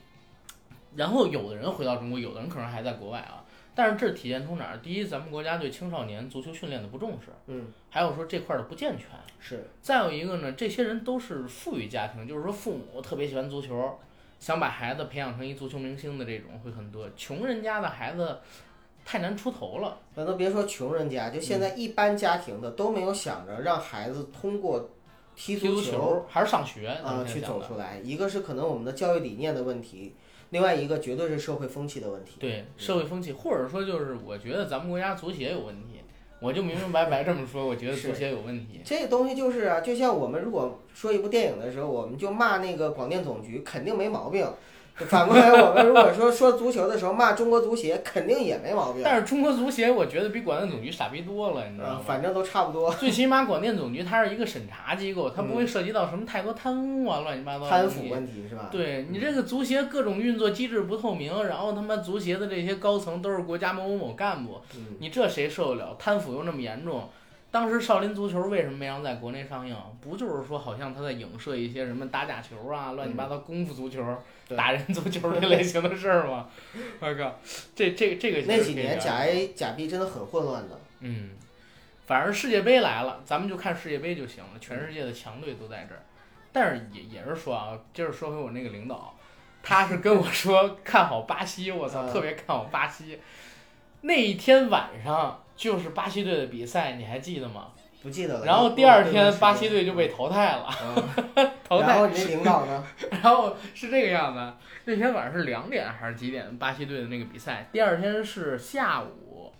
[SPEAKER 1] 然后有的人回到中国，有的人可能还在国外啊。但是这体现出哪儿？第一，咱们国家对青少年足球训练的不重视，
[SPEAKER 4] 嗯，
[SPEAKER 1] 还有说这块儿的不健全。
[SPEAKER 4] 是，
[SPEAKER 1] 再有一个呢，这些人都是富裕家庭，就是说父母特别喜欢足球，想把孩子培养成一足球明星的这种会很多。穷人家的孩子太难出头了，
[SPEAKER 4] 咱都别说穷人家，就现
[SPEAKER 1] 嗯
[SPEAKER 4] 在一般家庭的都没有想着让孩子通过踢
[SPEAKER 1] 踢足
[SPEAKER 4] 球
[SPEAKER 1] 球还是上学咱
[SPEAKER 4] 啊
[SPEAKER 1] 们现
[SPEAKER 4] 去
[SPEAKER 1] 在讲
[SPEAKER 4] 走
[SPEAKER 1] 的。
[SPEAKER 4] 出来，一个是可能我们的教育理念的问题，另外一个绝对是社会风气的问题。
[SPEAKER 1] 对社会风气，或者说就是我觉得咱们国家足协有问题，我就明明白白这么说，我觉得足协有问题。
[SPEAKER 4] 这东西就是啊，就像我们如果说一部电影的时候，我们就骂那个广电总局，肯定没毛病。反过来，我们如果说说足球的时候骂中国足协，肯定也没毛病。
[SPEAKER 1] 但是中国足协，我觉得比广电总局傻逼多了，你知道
[SPEAKER 4] 嗯，
[SPEAKER 1] 吗？
[SPEAKER 4] 反正都差不多，
[SPEAKER 1] 最起码广电总局它是一个审查机构，它不会涉及到什么太多贪污啊、乱七八糟的
[SPEAKER 4] 嗯贪
[SPEAKER 1] 东
[SPEAKER 4] 腐
[SPEAKER 1] 西
[SPEAKER 4] 问题嗯是吧？
[SPEAKER 1] 对你这个足协各种运作机制不透明，然后他妈足协的这些高层都是国家某某某干部，
[SPEAKER 4] 嗯，
[SPEAKER 1] 你这谁受得了？贪腐又那么严重，当时少林足球为什么没让在国内上映？不就是说好像他在影射一些什么打假球啊、乱七八糟功夫足球、
[SPEAKER 4] 嗯对
[SPEAKER 1] 打人足球这类型的事儿吗？ 我靠，这这这个其实
[SPEAKER 4] 那几
[SPEAKER 1] 可以
[SPEAKER 4] 年
[SPEAKER 1] 聊
[SPEAKER 4] 假 A 假 B 真的很混乱的。
[SPEAKER 1] 嗯，反正世界杯来了，咱们就看世界杯就行了，全世界的强队都在这儿。但是也也是说啊，接着说回我那个领导，他是跟我说 看好巴西，我操，
[SPEAKER 4] 嗯
[SPEAKER 1] 特别看好巴西。那一天晚上就是巴西队的比赛，你还记得吗？
[SPEAKER 4] 不记得了。
[SPEAKER 1] 然后第二天巴西队就被淘汰了，
[SPEAKER 4] 嗯，
[SPEAKER 1] 淘
[SPEAKER 4] 然
[SPEAKER 1] 汰。
[SPEAKER 4] 后你那领 导呢？
[SPEAKER 1] 然后是这个样子，那天晚上是两点还是几点？巴西队的那个比赛，第二天是下午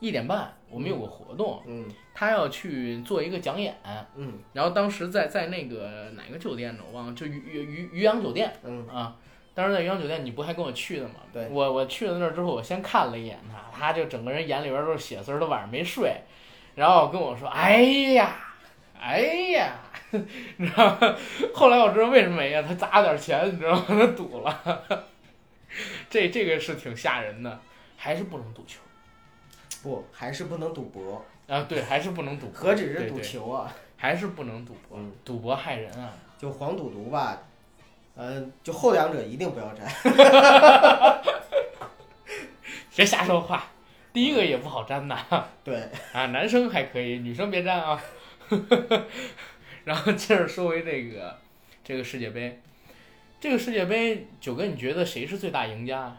[SPEAKER 1] 一点半，我们有个活动，
[SPEAKER 4] 嗯
[SPEAKER 1] 他要去做一个讲演，
[SPEAKER 4] 嗯
[SPEAKER 1] 然后当时在在那个哪个酒店呢？我忘了，就渔渔渔渔阳酒店
[SPEAKER 4] 嗯，
[SPEAKER 1] 啊。当时在渔阳酒店，你不还跟我去的吗？
[SPEAKER 4] 对
[SPEAKER 1] 我我去了那儿之后，我先看了一眼他，他就整个人眼里边都是血丝儿，都晚上没睡。然后跟我说：“哎呀，哎呀， 你知道吗？”后来我知道为什么没呀，他砸了点钱，你知道吗？他赌了。 这这个是挺吓人的，还是不能赌球
[SPEAKER 4] 不，还是不能赌博，
[SPEAKER 1] 啊？对，还是不能赌博，
[SPEAKER 4] 何止是
[SPEAKER 1] 对
[SPEAKER 4] 赌
[SPEAKER 1] 对
[SPEAKER 4] 球啊，
[SPEAKER 1] 还是不能赌博，
[SPEAKER 4] 嗯
[SPEAKER 1] 赌博害人啊！
[SPEAKER 4] 就黄赌毒吧。嗯，就后两者一定不要沾。
[SPEAKER 1] 别瞎说话。第一个也不好粘呐，
[SPEAKER 4] 对，
[SPEAKER 1] 啊，男生还可以，女生别粘啊。 然后接着说回这个这个世界杯，这个世界杯，九哥，你觉得谁是最大赢家？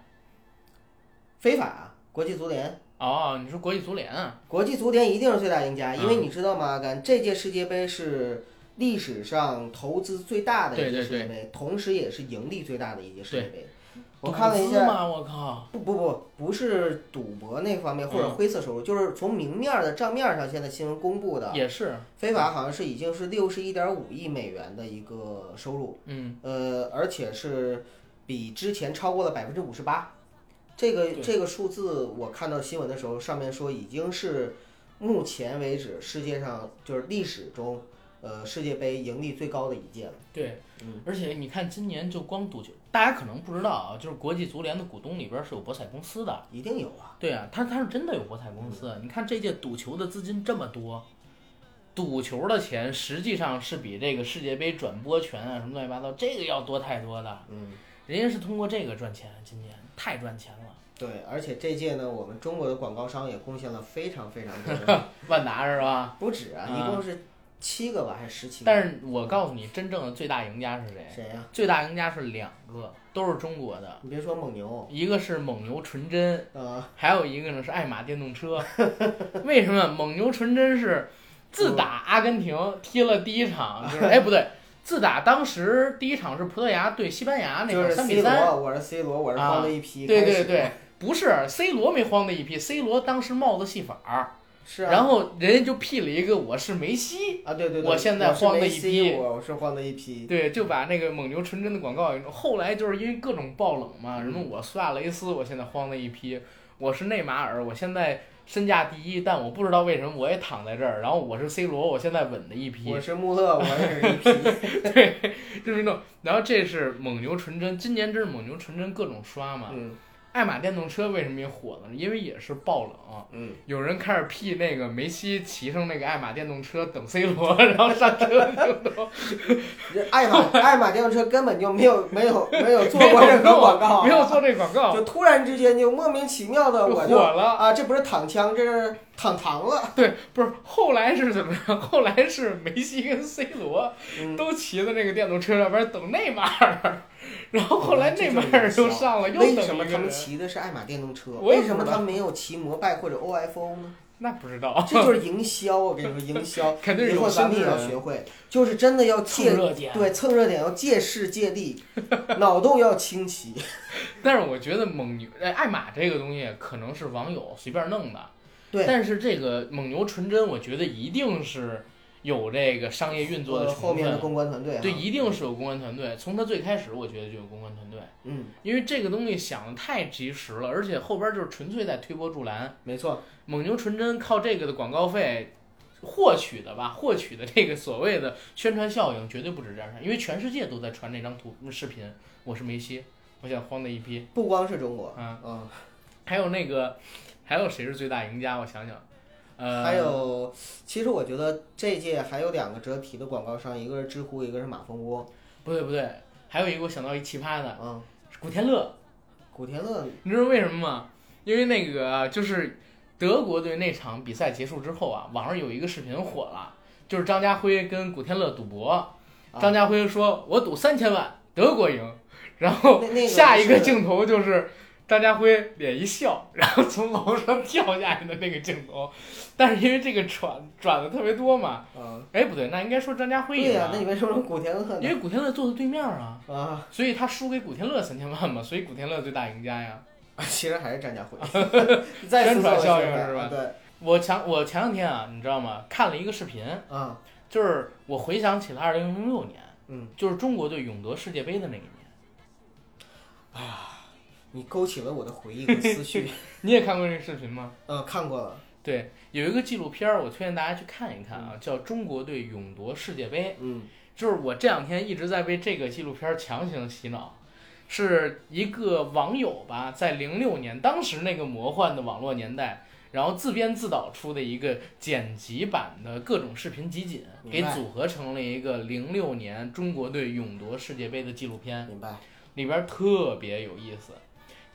[SPEAKER 4] 非法啊，国际足联。
[SPEAKER 1] 哦，你说国际足联啊？
[SPEAKER 4] 国际足联一定是最大赢家，
[SPEAKER 1] 嗯
[SPEAKER 4] 因为你知道吗？阿甘，这届世界杯是历史上投资最大的一届
[SPEAKER 1] 对对
[SPEAKER 4] 世界杯，同时也是盈利最大的一届世界杯。我
[SPEAKER 1] 赌
[SPEAKER 4] 看了一
[SPEAKER 1] 资
[SPEAKER 4] 下，
[SPEAKER 1] 嘛，我靠，
[SPEAKER 4] 不不不，不是赌博那方面或者
[SPEAKER 1] 嗯
[SPEAKER 4] 灰色收入，就是从明面的账面上，现在新闻公布的，
[SPEAKER 1] 也是，
[SPEAKER 4] 非法好像是已经是六十一点五亿美元的一个收入，
[SPEAKER 1] 嗯，
[SPEAKER 4] 呃，而且是比之前超过了百分之五十八。这个
[SPEAKER 1] 对
[SPEAKER 4] 这个数字，我看到新闻的时候，上面说已经是目前为止世界上就是历史中，呃，世界杯盈利最高的一届了。
[SPEAKER 1] 对
[SPEAKER 4] 嗯，
[SPEAKER 1] 而且你看今年就光赌球，大家可能不知道啊，就是国际足联的股东里边是有博彩公司的，
[SPEAKER 4] 一定有啊，
[SPEAKER 1] 对啊，他他是真的有博彩公司。啊你看这届赌球的资金这么多，赌球的钱实际上是比这个世界杯转播权啊什么乱七八糟这个要多太多的。
[SPEAKER 4] 嗯，
[SPEAKER 1] 人家是通过这个赚钱，今年太赚钱了。
[SPEAKER 4] 对，而且这届呢，我们中国的广告商也贡献了非常非常 多，
[SPEAKER 1] 万达是吧？
[SPEAKER 4] 不止啊，
[SPEAKER 1] 啊
[SPEAKER 4] 一共是七个吧，还是十七个？
[SPEAKER 1] 但是我告诉你，真正的最大赢家是谁？
[SPEAKER 4] 谁呀、
[SPEAKER 1] 最大赢家是两个，都是中国的，
[SPEAKER 4] 你别说蒙牛，
[SPEAKER 1] 一个是蒙牛纯真，
[SPEAKER 4] 呃，
[SPEAKER 1] 还有一个呢是爱玛电动车。 为什么蒙牛纯真是自打阿根廷踢了第一场， 就是哎不对，自打当时第一场是葡萄牙对西班牙那
[SPEAKER 4] 就
[SPEAKER 1] 场
[SPEAKER 4] 是
[SPEAKER 1] 三
[SPEAKER 4] C
[SPEAKER 1] 比三，
[SPEAKER 4] 罗，我是 C 罗，我是
[SPEAKER 1] 啊
[SPEAKER 4] 帮了一批、
[SPEAKER 1] 对对对，，不是 C 罗没慌的一批，C 罗当时帽子戏法儿，
[SPEAKER 4] 是啊，
[SPEAKER 1] 然后人家就 P 了一个我是梅西，
[SPEAKER 4] 啊，对对对，
[SPEAKER 1] 我现在
[SPEAKER 4] 是
[SPEAKER 1] 慌得
[SPEAKER 4] 梅
[SPEAKER 1] 一
[SPEAKER 4] 西
[SPEAKER 1] 逼
[SPEAKER 4] 我是慌的一批。
[SPEAKER 1] 对，就把那个蒙牛纯真的广告引入。后来就是因为各种爆冷嘛，什么
[SPEAKER 4] 嗯
[SPEAKER 1] 我苏亚雷斯，我现在慌的一批；我是内马尔，我现在身价第一，但我不知道为什么我也躺在这儿。然后我是 C 罗，我现在稳的一批
[SPEAKER 4] 我。是穆勒，我也是一 批。
[SPEAKER 1] 就是那种，然后这是蒙牛纯真，今年这是蒙牛纯真各种刷嘛。
[SPEAKER 4] 嗯
[SPEAKER 1] 爱玛电动车为什么也火了呢？因为也是爆冷，
[SPEAKER 4] 嗯，
[SPEAKER 1] 有人开始 P 那个梅西骑上那个爱玛电动车等 C 罗，然后上车就都
[SPEAKER 4] 这爱玛爱玛电动车根本就没有没有没有做
[SPEAKER 1] 没有
[SPEAKER 4] 过任何
[SPEAKER 1] 做
[SPEAKER 4] 广告啊，
[SPEAKER 1] 没有做这广告
[SPEAKER 4] 就，突然之间就莫名其妙的
[SPEAKER 1] 就
[SPEAKER 4] 我
[SPEAKER 1] 火
[SPEAKER 4] 就
[SPEAKER 1] 了。
[SPEAKER 4] 啊，这不是躺枪，这是躺糖了。
[SPEAKER 1] 对，不是后来是怎么样？后来是梅西跟 C 罗
[SPEAKER 4] 嗯
[SPEAKER 1] 都骑在那个电动车上边等内马尔， 然后后来内马尔又上了，又等
[SPEAKER 4] 为
[SPEAKER 1] 一
[SPEAKER 4] 什么
[SPEAKER 1] 个
[SPEAKER 4] 他们
[SPEAKER 1] 人，
[SPEAKER 4] 骑的是爱玛电动车？
[SPEAKER 1] 我也不
[SPEAKER 4] 为
[SPEAKER 1] 知道
[SPEAKER 4] 什么他们没有骑摩拜或者 OFO 呢？
[SPEAKER 1] 那不知道，
[SPEAKER 4] 这就是营销，我跟你说，营销
[SPEAKER 1] 肯定是
[SPEAKER 4] 以
[SPEAKER 1] 有
[SPEAKER 4] 后
[SPEAKER 1] 咱
[SPEAKER 4] 咱
[SPEAKER 1] 们
[SPEAKER 4] 们也要学
[SPEAKER 1] 人
[SPEAKER 4] 会，就是真的要
[SPEAKER 1] 蹭
[SPEAKER 4] 借
[SPEAKER 1] 热点。
[SPEAKER 4] 对蹭热点，要借势 借力，脑洞要清奇。
[SPEAKER 1] 但是我觉得蒙牛、哎、爱玛这个东西可能是网友随便弄的，
[SPEAKER 4] 对
[SPEAKER 1] 但是这个蒙牛纯真，我觉得一定是有这个商业运作的
[SPEAKER 4] 呃
[SPEAKER 1] 成分，
[SPEAKER 4] 后面的公关团队啊，
[SPEAKER 1] 对，一定是有公关团队。从它最开始，我觉得就有公关团队。
[SPEAKER 4] 嗯，
[SPEAKER 1] 因为这个东西想的太及时了，而且后边就是纯粹在推波助澜。
[SPEAKER 4] 没错，
[SPEAKER 1] 蒙牛纯真靠这个的广告费获取的吧，获取的这个所谓的宣传效应绝对不止这样，因为全世界都在传那张图嗯视频，我是梅西，我想慌的一批
[SPEAKER 4] 不光是中国，
[SPEAKER 1] 啊，
[SPEAKER 4] 嗯，
[SPEAKER 1] 还有那个，还有谁是最大赢家？我想想，呃，
[SPEAKER 4] 还有，其实我觉得这届还有两个值得提的广告商，一个是知乎，一个是马蜂窝，
[SPEAKER 1] 不对不对，还有一个我想到一奇葩的，
[SPEAKER 4] 嗯，
[SPEAKER 1] 是古天乐，
[SPEAKER 4] 古天乐，
[SPEAKER 1] 你知道为什么吗？因为那个就是德国队那场比赛结束之后啊，网上有一个视频火了，就是张家辉跟古天乐赌博，
[SPEAKER 4] 啊
[SPEAKER 1] 张家辉说：“我赌三千万，德国赢。”然后
[SPEAKER 4] 那那个
[SPEAKER 1] 下一个
[SPEAKER 4] 是
[SPEAKER 1] 镜头就是张家辉脸一笑，然后从楼上跳下去的那个镜头。但是因为这个转转的特别多嘛，
[SPEAKER 4] 嗯，
[SPEAKER 1] 哎，不对，那应该说张家辉
[SPEAKER 4] 对
[SPEAKER 1] 赢
[SPEAKER 4] 呀、
[SPEAKER 1] 啊
[SPEAKER 4] 那你为什么说古天乐
[SPEAKER 1] 因
[SPEAKER 4] 呢？
[SPEAKER 1] 为古天乐坐在对面啊，
[SPEAKER 4] 啊，
[SPEAKER 1] 所以他输给古天乐三千万嘛，所以古天乐最大赢家呀。
[SPEAKER 4] 其实还是张 家辉，再次
[SPEAKER 1] 宣传
[SPEAKER 4] 做了
[SPEAKER 1] 效
[SPEAKER 4] 宣
[SPEAKER 1] 应
[SPEAKER 4] 传
[SPEAKER 1] 是吧
[SPEAKER 4] 对，
[SPEAKER 1] 我前我前两天啊，你知道吗？看了一个视频，
[SPEAKER 4] 啊，
[SPEAKER 1] 就是我回想起了二零零六年，
[SPEAKER 4] 嗯，
[SPEAKER 1] 就是中国队勇得世界杯的那一年。
[SPEAKER 4] 你勾起了我的回忆和思绪，
[SPEAKER 1] 你也看过这个视频吗？
[SPEAKER 4] 嗯，看过了，
[SPEAKER 1] 对，有一个纪录片儿，我推荐大家去看一看啊，叫《中国队勇夺世界杯》。
[SPEAKER 4] 嗯，
[SPEAKER 1] 就是我这两天一直在被这个纪录片儿强行洗脑，是一个网友吧，在零六年当时那个魔幻的网络年代，然后自编自导出的一个剪辑版的各种视频集锦，给
[SPEAKER 4] 明白
[SPEAKER 1] 组合成了一个零六年中国队勇夺世界杯的纪录片，
[SPEAKER 4] 明白，
[SPEAKER 1] 里边儿特别有意思。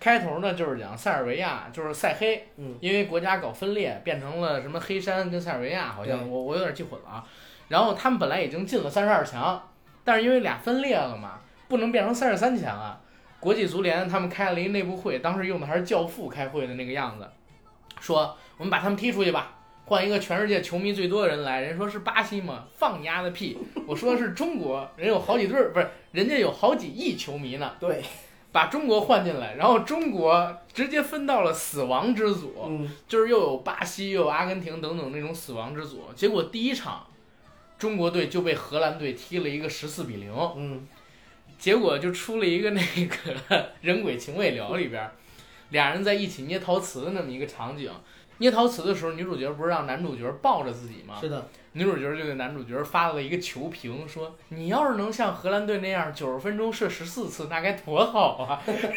[SPEAKER 1] 开头呢就是讲塞尔维亚，就是塞黑，
[SPEAKER 4] 嗯，
[SPEAKER 1] 因为国家搞分裂变成了什么黑山跟塞尔维亚，好像
[SPEAKER 4] 对
[SPEAKER 1] 我我有点记混了啊。然后他们本来已经进了三十二强，但是因为俩分裂了嘛，不能变成三十三强啊。国际足联他们开了一内部会，当时用的还是教父开会的那个样子，说我们把他们踢出去吧，换一个全世界球迷最多的人来。人说是巴西吗？放丫的屁！我说是中国，人有好几对儿，不是人家有好几亿球迷呢。
[SPEAKER 4] 对，
[SPEAKER 1] 把中国换进来，然后中国直接分到了死亡之组，
[SPEAKER 4] 嗯，
[SPEAKER 1] 就是又有巴西，又有阿根廷等等那种死亡之组。结果第一场，中国队就被荷兰队踢了一个十四比零，
[SPEAKER 4] 嗯，
[SPEAKER 1] 结果就出了一个那个人鬼情未了里边儿，俩人在一起捏陶瓷的那么一个场景。捏陶瓷的时候，女主角不是让男主角抱着自己吗？
[SPEAKER 4] 是的，
[SPEAKER 1] 女主角就给男主角发了一个球评，说：“你要是能像荷兰队那样九十分钟射十四次，那该多好啊！”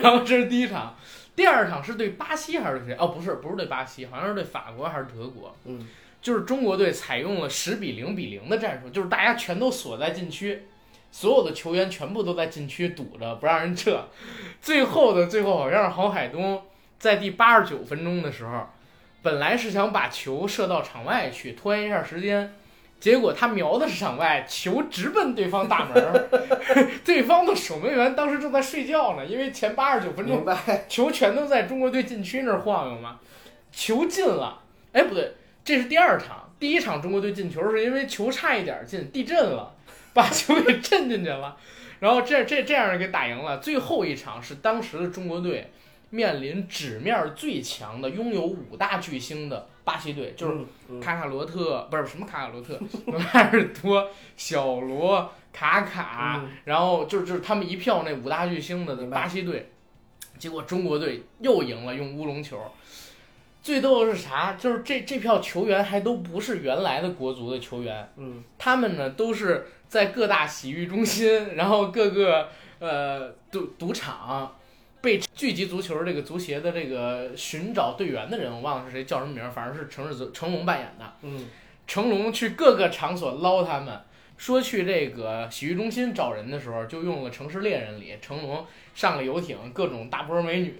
[SPEAKER 1] 然后这是第一场，第二场是对巴西还是对谁？哦，不是，不是对巴西，好像是对法国还是德国。
[SPEAKER 4] 嗯，
[SPEAKER 1] 就是中国队采用了十比零比零的战术，就是大家全都锁在禁区，所有的球员全部都在禁区堵着，不让人撤。最后的最后，好像是郝海东在第八十九分钟的时候，本来是想把球射到场外去拖延一下时间，结果他瞄的是场外，球直奔对方大门儿。 对方的守门员当时正在睡觉呢，因为前八十九分钟
[SPEAKER 4] 明白，嗯
[SPEAKER 1] 球全都在中国队禁区那儿晃悠嘛，球进了，哎不对，这是第二场，第一场中国队进球是因为球差一点进，地震了， 把球给震进去了，然后这这这样给打赢了。最后一场是当时的中国队面临纸面最强的、拥有五大巨星的巴西队，就是
[SPEAKER 4] 嗯嗯
[SPEAKER 1] 卡卡罗特，不是什么卡卡罗特， 罗纳尔多、小罗、卡卡，
[SPEAKER 4] 嗯
[SPEAKER 1] 然后就是就是他们一票那五大巨星的
[SPEAKER 4] 明白
[SPEAKER 1] 巴西队，结果中国队又赢了，用乌龙球。最逗的是啥？就是这这票球员还都不是原来的国足的球员，
[SPEAKER 4] 嗯
[SPEAKER 1] 他们呢都是在各大洗浴中心，然后各个呃赌赌场被聚集足球这个足协的这个寻找队员的人，我忘了是谁叫什么名儿，反正是成日成龙扮演的。
[SPEAKER 4] 嗯
[SPEAKER 1] 成龙去各个场所捞他们。说去这个洗浴中心找人的时候，就用了《城市猎人》里成龙上了游艇，各种大波美女，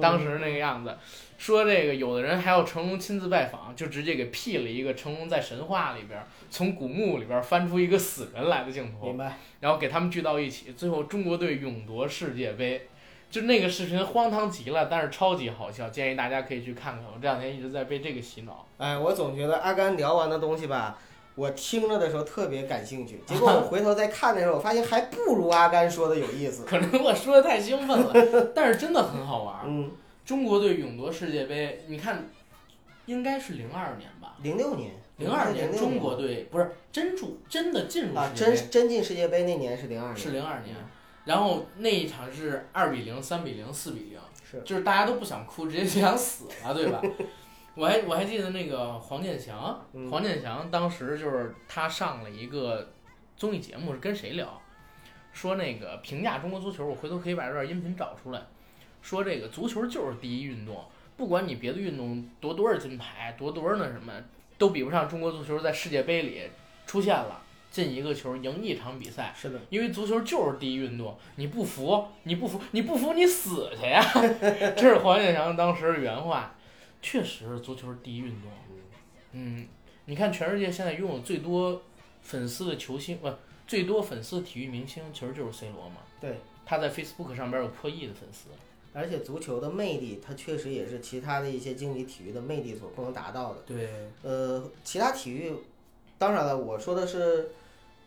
[SPEAKER 1] 当时那个样子。说这个有的人还要成龙亲自拜访，就直接给 P 了一个成龙在神话里边从古墓里边翻出一个死人来的镜头
[SPEAKER 4] 明，白，
[SPEAKER 1] 然后给他们聚到一起，最后中国队勇夺世界杯。就那个视频荒唐极了，但是超级好笑，建议大家可以去看看。我这两天一直在被这个洗脑，
[SPEAKER 4] 哎，我总觉得阿甘聊完的东西吧，我听着的时候特别感兴趣，结果我回头再看的时候，我发现还不如阿甘说的有意 思。
[SPEAKER 1] 可能我说的太兴奋 了，但是真的很好玩。
[SPEAKER 4] 嗯，
[SPEAKER 1] 中国队勇夺世界杯，你看，应该是零二年吧？
[SPEAKER 4] 零六年，
[SPEAKER 1] 零二
[SPEAKER 4] 年
[SPEAKER 1] 年中国队不是真入真的进入
[SPEAKER 4] 啊，
[SPEAKER 1] 世界杯
[SPEAKER 4] 真真进世界杯那年是零二年，
[SPEAKER 1] 是零二年，然后那一场是二比零、三比零、四比零，
[SPEAKER 4] 是
[SPEAKER 1] 就是大家都不想哭，直接就想死了，对吧？我还我还记得那个黄健翔，
[SPEAKER 4] 嗯
[SPEAKER 1] 啊黄健翔当时就是他上了一个综艺节目，是跟谁聊？说那个评价中国足球，我回头可以把这段音频找出来。说这个足球就是第一运动，不管你别的运动夺多少金牌，夺多少那什么，都比不上中国足球在世界杯里出现了进一个球赢一场比赛。
[SPEAKER 4] 是的，
[SPEAKER 1] 因为足球就是第一运动，你不服，你不服，你不服，你死去 呀！这是黄健翔当时的原话，确实，足球是第一运动。嗯，你看全世界现在拥有最多粉丝的球星，不、最多粉丝的体育明星，其实就是 C 罗嘛。
[SPEAKER 4] 对，
[SPEAKER 1] 他在 Facebook 上边有破亿的粉丝。
[SPEAKER 4] 而且足球的魅力，它确实也是其他的一些竞技体育的魅力所不能达到的。
[SPEAKER 1] 对，
[SPEAKER 4] 呃，其他体育，当然了，我说的是，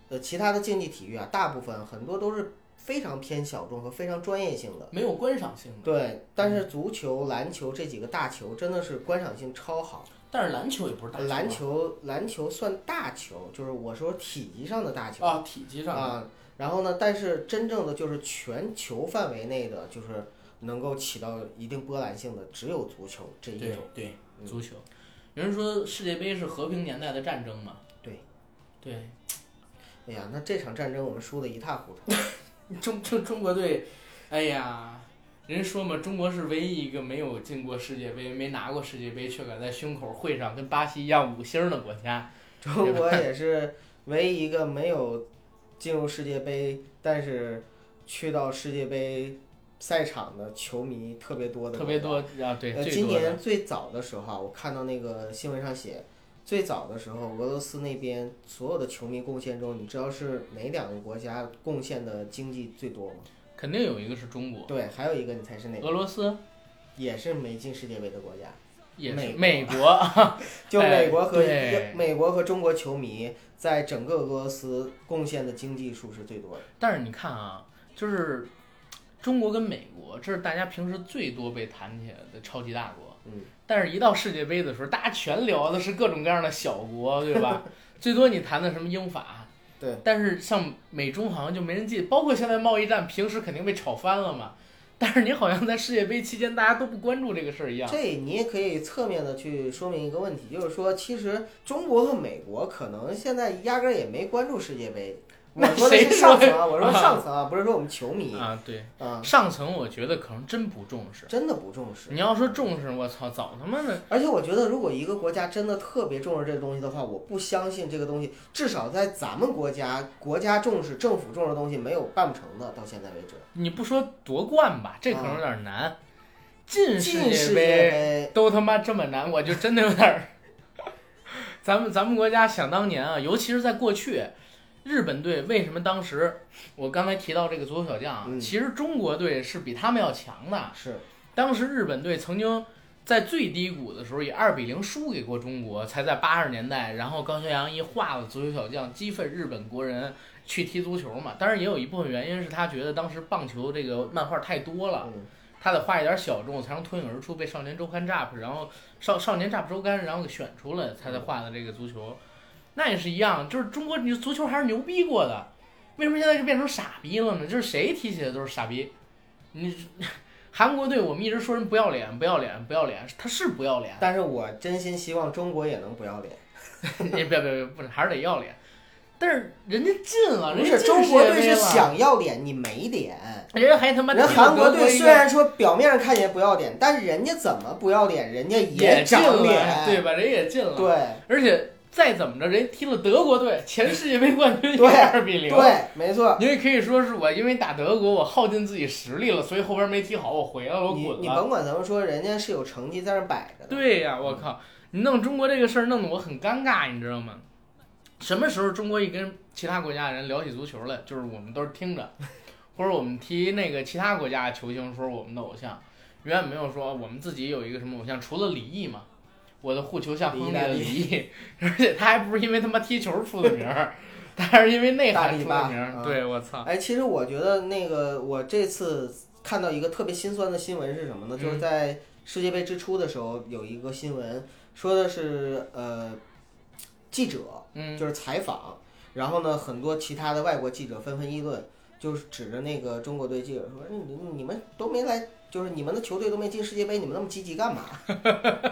[SPEAKER 4] 呃，其他的竞技体育啊，大部分很多都是非常偏小众和非常专业性的。
[SPEAKER 1] 没有观赏性的。
[SPEAKER 4] 对，但是足球、篮球这几个大球真的是观赏性超好。
[SPEAKER 1] 但是篮球也不是大啊
[SPEAKER 4] 篮球，篮球算大球，就是我说体积上的大球
[SPEAKER 1] 啊，体积上的
[SPEAKER 4] 啊。然后呢，但是真正的就是全球范围内的，就是能够起到一定波澜性的，只有足球这一
[SPEAKER 1] 对
[SPEAKER 4] 种。
[SPEAKER 1] 对，
[SPEAKER 4] 嗯
[SPEAKER 1] 足球。有人说世界杯是和平年代的战争嘛？
[SPEAKER 4] 对，
[SPEAKER 1] 对，
[SPEAKER 4] 哎呀，那这场战争我们输得一塌糊涂。
[SPEAKER 1] 中中中国队，哎呀，人说嘛，中国是唯一一个没有进过世界杯、没拿过世界杯，却敢在胸口绘上跟巴西一样五星的国家。
[SPEAKER 4] 中国也是唯一一个没有进入世界杯，但是去到世界杯赛场的球迷特别多的。
[SPEAKER 1] 特别。多啊，对，
[SPEAKER 4] 呃，
[SPEAKER 1] 最
[SPEAKER 4] 今
[SPEAKER 1] 多的
[SPEAKER 4] 年最早的时候啊，我看到那个新闻上写，最早的时候俄罗斯那边所有的球迷贡献中，你知道是哪两个国家贡献的经济最多吗？
[SPEAKER 1] 肯定有一个是中国，
[SPEAKER 4] 对，还有一个你猜是哪
[SPEAKER 1] 俄
[SPEAKER 4] 个？
[SPEAKER 1] 罗斯
[SPEAKER 4] 也是没进世界杯的国家。
[SPEAKER 1] 也是
[SPEAKER 4] 美国
[SPEAKER 1] 美国，
[SPEAKER 4] 就
[SPEAKER 1] 哎
[SPEAKER 4] 美国和、
[SPEAKER 1] 对
[SPEAKER 4] 美国和中国球迷在整个俄罗斯贡献的经济数是最多的。
[SPEAKER 1] 但是你看啊，就是中国跟美国，这是大家平时最多被谈起来的超级大国。
[SPEAKER 4] 嗯，
[SPEAKER 1] 但是，一到世界杯的时候，大家全聊的是各种各样的小国，对吧？ 最多你谈的什么英法，
[SPEAKER 4] 对。
[SPEAKER 1] 但是像美中好像就没人记，包括现在贸易战，平时肯定被炒翻了嘛。 但是你好像在世界杯期间，大家都不关注这个事儿一样。
[SPEAKER 4] 这你也可以侧面的去说明一个问题，就是说，其实中国和美国可能现在压根儿也没关注世界杯。我
[SPEAKER 1] 那
[SPEAKER 4] 说的
[SPEAKER 1] 谁
[SPEAKER 4] 是上层啊，
[SPEAKER 1] 说
[SPEAKER 4] 我说上层啊，不是说我们球迷
[SPEAKER 1] 啊，对，
[SPEAKER 4] 啊，
[SPEAKER 1] 上层我觉得可能真不重视。
[SPEAKER 4] 真的不重视
[SPEAKER 1] 你。要说重视，我操，早他妈的
[SPEAKER 4] 而且我觉得，如果一个国家真的特别重视这个东西的话，我不相信这个东西，至少在咱们国家，国家重视、政府重视的东西没有办不成的，到现在为止。
[SPEAKER 1] 你不说夺冠吧，这可能有点难。进
[SPEAKER 4] 进嗯
[SPEAKER 1] 界
[SPEAKER 4] 世界
[SPEAKER 1] 杯
[SPEAKER 4] 杯，
[SPEAKER 1] 都他妈这么难，我就真的有点儿。咱们咱们国家想当年啊，尤其是在过去，日本队为什么当时我刚才提到这个足球小将啊，
[SPEAKER 4] 嗯
[SPEAKER 1] 其实中国队是比他们要强的。
[SPEAKER 4] 是
[SPEAKER 1] 当时日本队曾经在最低谷的时候以二比零输给过中国，才在八十年代，然后高桥洋一化了足球小将，激愤日本国人去踢足球嘛。当然也有一部分原因是他觉得当时棒球这个漫画太多了，
[SPEAKER 4] 嗯，
[SPEAKER 1] 他得画一点小众，才能脱颖而出，被《少年周刊》Jump，然后少少年 Jump 周刊，然后给选出来，才才画的这个足球。那也是一样，就是中国你足球还是牛逼过的，为什么现在就变成傻逼了呢？就是谁提起来都是傻逼。你 韩国队，我们一直说人不要脸，不要脸，不要脸，他是不要脸，
[SPEAKER 4] 但是我真心希望中国也能不要脸。
[SPEAKER 1] 也别别别，不是，还是得要脸。但是人家进了，啊
[SPEAKER 4] 不
[SPEAKER 1] 人
[SPEAKER 4] 是
[SPEAKER 1] 家进
[SPEAKER 4] 中国队
[SPEAKER 1] 世界杯
[SPEAKER 4] 是
[SPEAKER 1] 了，
[SPEAKER 4] 想要脸，你没脸。
[SPEAKER 1] 人家还他妈
[SPEAKER 4] 人
[SPEAKER 1] 进了
[SPEAKER 4] 韩
[SPEAKER 1] 德
[SPEAKER 4] 国队
[SPEAKER 1] 一
[SPEAKER 4] 虽
[SPEAKER 1] 个
[SPEAKER 4] 然说表面上看起来不要脸，但人家怎么不要脸，人家
[SPEAKER 1] 也进
[SPEAKER 4] 长
[SPEAKER 1] 了，对
[SPEAKER 4] 脸，
[SPEAKER 1] 吧？人也进了，
[SPEAKER 4] 对
[SPEAKER 1] 而且再怎么着，人踢了德国队，前世界杯冠军
[SPEAKER 4] 对
[SPEAKER 1] 也二比零。
[SPEAKER 4] 对，没错。
[SPEAKER 1] 你也可以说是我因为打德国，我耗尽自己实力了，所以后边没踢好，我回来了，我
[SPEAKER 4] 你
[SPEAKER 1] 滚
[SPEAKER 4] 你
[SPEAKER 1] 了。
[SPEAKER 4] 甭管怎么说，人家是有成绩在那儿摆着的。
[SPEAKER 1] 对呀、我靠！你弄中国这个事儿弄得我很尴尬，你知道吗？什么时候中国一跟其他国家的人聊起足球来，就是我们都是听着，或者我们提那个其他国家的球星说我们的偶像，远远没有说我们自己有一个什么偶像，除了李毅嘛，我的护球像亨利的李毅，而且他还不是因为他妈踢球出的名儿，他还是因为内
[SPEAKER 4] 大
[SPEAKER 1] 涵
[SPEAKER 4] 力
[SPEAKER 1] 出
[SPEAKER 4] 巴
[SPEAKER 1] 的名儿。
[SPEAKER 4] 啊
[SPEAKER 1] 对，我操！
[SPEAKER 4] 哎，其实我觉得那个我这次看到一个特别心酸的新闻是什么呢？就是
[SPEAKER 1] 嗯
[SPEAKER 4] 在世界杯之初的时候，有一个新闻说的是呃，记者
[SPEAKER 1] 嗯
[SPEAKER 4] 就是采访，然后呢，很多其他的外国记者纷纷议论，就是指着那个中国队记者说：“你你们都没来，就是你们的球队都没进世界杯，你们那么积极干嘛？”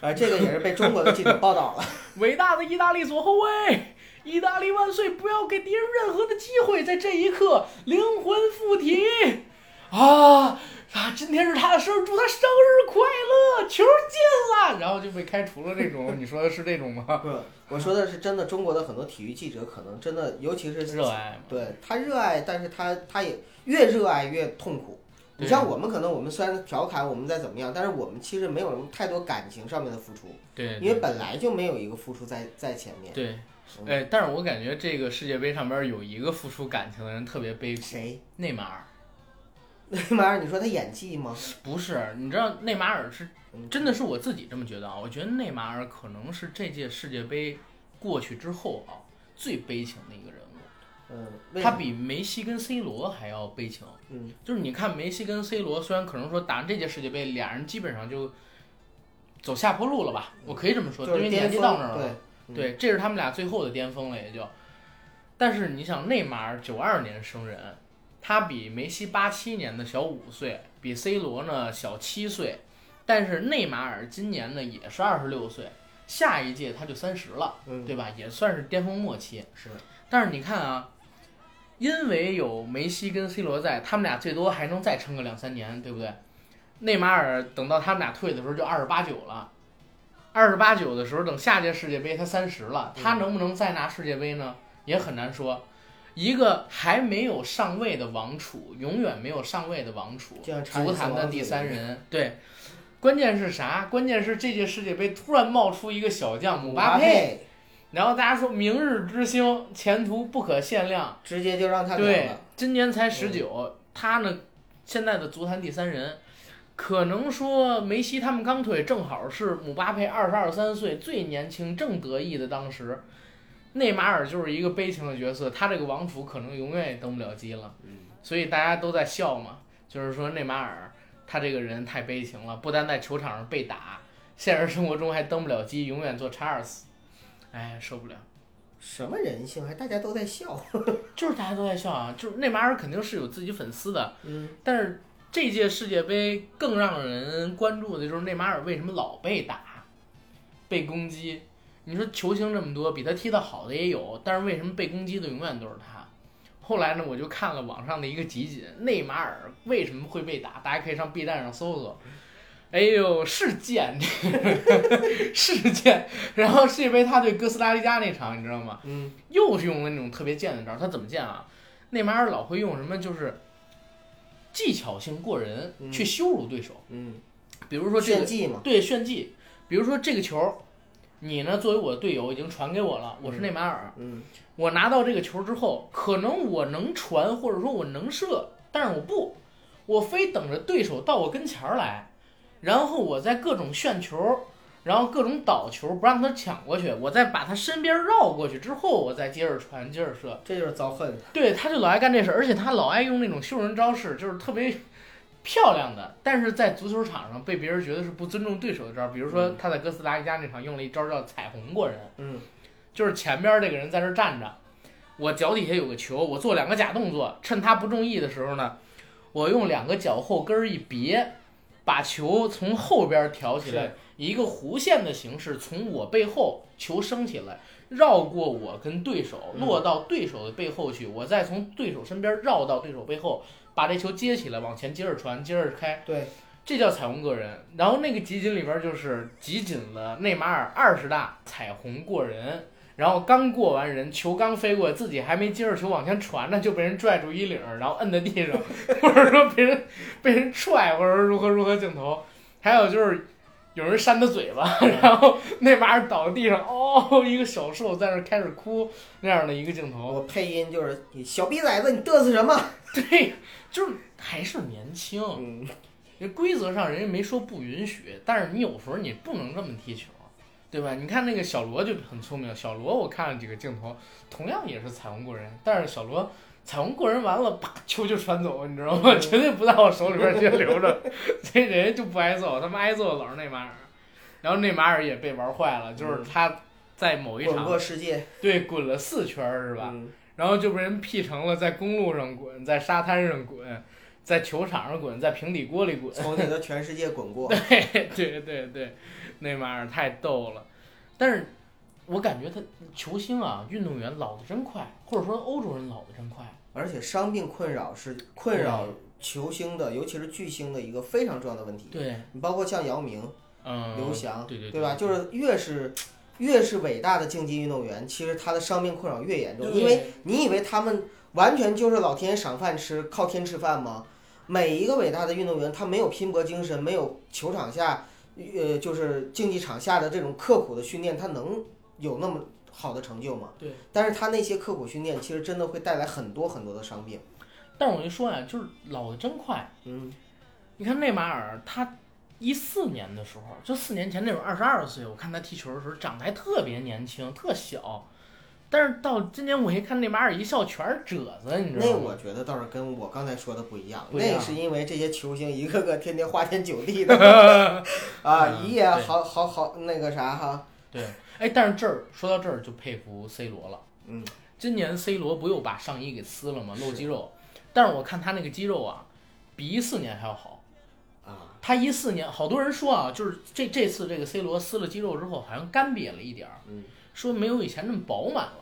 [SPEAKER 4] 啊，这个也是被中国的记者报道 了。
[SPEAKER 1] 伟大的意大利左后卫，意大利万岁！不要给敌人任何的机会，在这一刻灵魂附体。啊啊！今天是他的生日，祝他生日快乐！球进了，然后就被开除了。这种你说的是这种吗？
[SPEAKER 4] 不是，我说的是真的，中国的很多体育记者可能真的，尤其是
[SPEAKER 1] 热爱嘛。
[SPEAKER 4] 对他热爱，但是他他也越热爱越痛苦。你
[SPEAKER 1] 对
[SPEAKER 4] 像我们，可能我们虽然调侃我们再怎么样，但是我们其实没有什么太多感情上面的付出，
[SPEAKER 1] 对
[SPEAKER 4] 因为本来就没有一个付出在在前面。
[SPEAKER 1] 对，
[SPEAKER 4] 嗯
[SPEAKER 1] 哎，但是我感觉这个世界杯上边有一个付出感情的人特别悲苦，
[SPEAKER 4] 谁？
[SPEAKER 1] 内马尔。
[SPEAKER 4] 内马尔，你说他演技吗？
[SPEAKER 1] 不是，你知道内马尔是
[SPEAKER 4] 嗯
[SPEAKER 1] 真的是我自己这么觉得啊，我觉得内马尔可能是这届世界杯过去之后啊最悲情的一个人物，
[SPEAKER 4] 嗯，为
[SPEAKER 1] 他比梅西跟 C 罗还要悲情。
[SPEAKER 4] 嗯，
[SPEAKER 1] 就是你看梅西跟 C 罗，虽然可能说打完这届世界杯，俩人基本上就走下坡路了吧，我可以这么说，
[SPEAKER 4] 就
[SPEAKER 1] 因
[SPEAKER 4] 是
[SPEAKER 1] 为
[SPEAKER 4] 巅
[SPEAKER 1] 年纪
[SPEAKER 4] 峰
[SPEAKER 1] 到那儿
[SPEAKER 4] 对
[SPEAKER 1] 了，，对，这是他们俩最后的巅峰了，也就。但是你想，内马尔九二年生人，他比梅西八七年的小五岁，比 C 罗呢小七岁，但是内马尔今年呢也是二十六岁，下一届他就三十了，
[SPEAKER 4] 嗯，
[SPEAKER 1] 对吧？也算是巅峰末期。
[SPEAKER 4] 是，
[SPEAKER 1] 但是你看啊，因为有梅西跟 C 罗在，他们俩最多还能再撑个两三年，对不对？内马尔等到他们俩退的时候就二十八九了，二十八九的时候，等下届世界杯他三十了，他
[SPEAKER 4] 嗯
[SPEAKER 1] 能不能再拿世界杯呢？也很难说。一个还没有上位的王储，永远没有上位的王储，
[SPEAKER 4] 就像查理
[SPEAKER 1] 足
[SPEAKER 4] 斯
[SPEAKER 1] 坛的
[SPEAKER 4] 王
[SPEAKER 1] 第
[SPEAKER 4] 子
[SPEAKER 1] 三人，对。关键是啥？关键是这届世界杯突然冒出一个小将姆
[SPEAKER 4] 姆
[SPEAKER 1] 巴
[SPEAKER 4] 巴
[SPEAKER 1] 佩，
[SPEAKER 4] 佩
[SPEAKER 1] 然后大家说明日之星，前途不可限量。
[SPEAKER 4] 直接就让他凉
[SPEAKER 1] 对
[SPEAKER 4] 了。，
[SPEAKER 1] 今年才十九，他呢现在的足坛第三人，可能说梅西他们刚退，正好是姆巴佩二十二三岁最年轻正得意的当时。内马尔就是一个悲情的角色，他这个王储可能永远也登不了基了，
[SPEAKER 4] 嗯，
[SPEAKER 1] 所以大家都在笑嘛，就是说内马尔他这个人太悲情了，不单在球场上被打，现实生活中还登不了基，永远做查尔斯，哎，受不了。
[SPEAKER 4] 什么人性？还大家都在笑。
[SPEAKER 1] 就是大家都在笑啊，就是内马尔肯定是有自己粉丝的，
[SPEAKER 4] 嗯，
[SPEAKER 1] 但是这届世界杯更让人关注的就是内马尔为什么老被打、被攻击。你说球星这么多，比他踢得好的也有，但是为什么被攻击的永远都是他？后来呢，我就看了网上的一个集锦，内马尔为什么会被打？大家可以上 B 站上搜搜。哎呦，是 贱，是贱。然后世界杯他对哥斯达黎加那场，你知道吗？
[SPEAKER 4] 嗯，
[SPEAKER 1] 又是用了那种特别贱的招儿。他怎么贱啊？内马尔老会用什么，就是技巧性过人
[SPEAKER 4] 嗯
[SPEAKER 1] 去羞辱对手。
[SPEAKER 4] 嗯，
[SPEAKER 1] 比如说这
[SPEAKER 4] 炫
[SPEAKER 1] 个
[SPEAKER 4] 技嘛。
[SPEAKER 1] 对炫技，比如说这个球儿，你呢作为我的队友已经传给我了，我是内马尔，
[SPEAKER 4] 嗯，
[SPEAKER 1] 我拿到这个球之后，可能我能传或者说我能射，但是我不，我非等着对手到我跟前儿来，然后我再各种炫球，然后各种倒球，不让他抢过去，我再把他身边绕过去之后，我再接着传，接着射。
[SPEAKER 4] 这就是遭恨。
[SPEAKER 1] 对，他就老爱干这事儿，而且他老爱用那种羞人招式，就是特别漂亮的，但是在足球场上被别人觉得是不尊重对手的招儿，比如说他在哥斯达黎加那场用了一招叫彩虹过人，
[SPEAKER 4] 嗯，
[SPEAKER 1] 就是前边这个人在这儿站着，我脚底下有个球，我做两个假动作，趁他不中意的时候呢，我用两个脚后跟儿一别，把球从后边挑起来，以一个弧线的形式从我背后球升起来，绕过我跟对手，
[SPEAKER 4] 嗯
[SPEAKER 1] 落到对手的背后去，我再从对手身边绕到对手背后，把这球接起来，往前接着传，接着开，
[SPEAKER 4] 对，
[SPEAKER 1] 这叫彩虹过人。然后那个集锦里边就是集锦了内马尔二十大彩虹过人，然后刚过完人，球刚飞过，自己还没接着球往前传呢，就被人拽住衣领，然后摁在地上， 或者说被人被人踹，或者说如何如何镜头。还有就是有人扇他嘴巴， 然后内马尔倒地上，哦，一个小兽在那儿开始哭那样的一个镜头。
[SPEAKER 4] 我配音就是你小逼崽子，你嘚瑟什么？
[SPEAKER 1] 对，就是还是年轻。
[SPEAKER 4] 嗯，
[SPEAKER 1] 这规则上人家没说不允许，但是你有时候你不能这么踢球，对吧？你看那个小罗就很聪明，小罗我看了几个镜头，同样也是彩虹过人，但是小罗彩虹过人完了，啪球就传走，你知道吗？ 绝对不在我手里边儿直接留着， 所以人家就不挨揍，他们挨揍的老是内马尔，然后内马尔也被玩坏了，就是他在某一
[SPEAKER 4] 嗯滚
[SPEAKER 1] 场
[SPEAKER 4] 过嗯世界
[SPEAKER 1] 对滚了四圈儿是
[SPEAKER 4] 是
[SPEAKER 1] 吧？？然后就被人 P 成了在公路上滚，在沙滩上滚，在球场上滚，在平底锅里滚。
[SPEAKER 4] 从你的全世界滚过，
[SPEAKER 1] 对对对，内马尔太逗了。但是我感觉他球星啊，运动员老得真快，或者说欧洲人老得真快。
[SPEAKER 4] 而且伤病困扰是困扰球星的，尤其是巨星的一个非常重要的问题。
[SPEAKER 1] 对，
[SPEAKER 4] 你包括像姚明、
[SPEAKER 1] 嗯，
[SPEAKER 4] 刘翔，
[SPEAKER 1] 对对
[SPEAKER 4] 对吧？就是越是越是伟大的竞技运动员，其实他的伤病困扰越严重，因为你以为他们完全就是老天爷赏饭吃，靠天吃饭吗？每一个伟大的运动员，他没有拼搏精神，没有球场下，呃，就是竞技场下的这种刻苦的训练，他能有那么好的成就吗？
[SPEAKER 1] 对。
[SPEAKER 4] 但是他那些刻苦训练，其实真的会带来很多很多的伤病。
[SPEAKER 1] 但是我就说啊，就是老得真快。
[SPEAKER 4] 嗯，
[SPEAKER 1] 你看内马尔，他一四年的时候，就四年前那种二十二岁，我看他踢球的时候长得还特别年轻，特小。但是到今年我一看内马尔一笑全是褶子，你知
[SPEAKER 4] 那
[SPEAKER 1] 道吗
[SPEAKER 4] 我？觉得倒是跟我刚才说的不一样，
[SPEAKER 1] 不一样啊
[SPEAKER 4] 那是因为这些球星一个个天天花天酒地的 啊，
[SPEAKER 1] 嗯
[SPEAKER 4] 一夜
[SPEAKER 1] 对
[SPEAKER 4] 好好好那个啥哈，
[SPEAKER 1] 对，哎，但是这儿说到这儿就佩服 C 罗了。
[SPEAKER 4] 嗯，
[SPEAKER 1] 今年 C 罗不又把上衣给撕了吗？露肌肉。但是我看他那个肌肉啊，比一四年还要好。
[SPEAKER 4] 啊，
[SPEAKER 1] 他一四年，好多人说啊，就是这这次这个 C 罗撕了肌肉之后，好像干瘪了一点儿，
[SPEAKER 4] 嗯，
[SPEAKER 1] 说没有以前那么饱满了。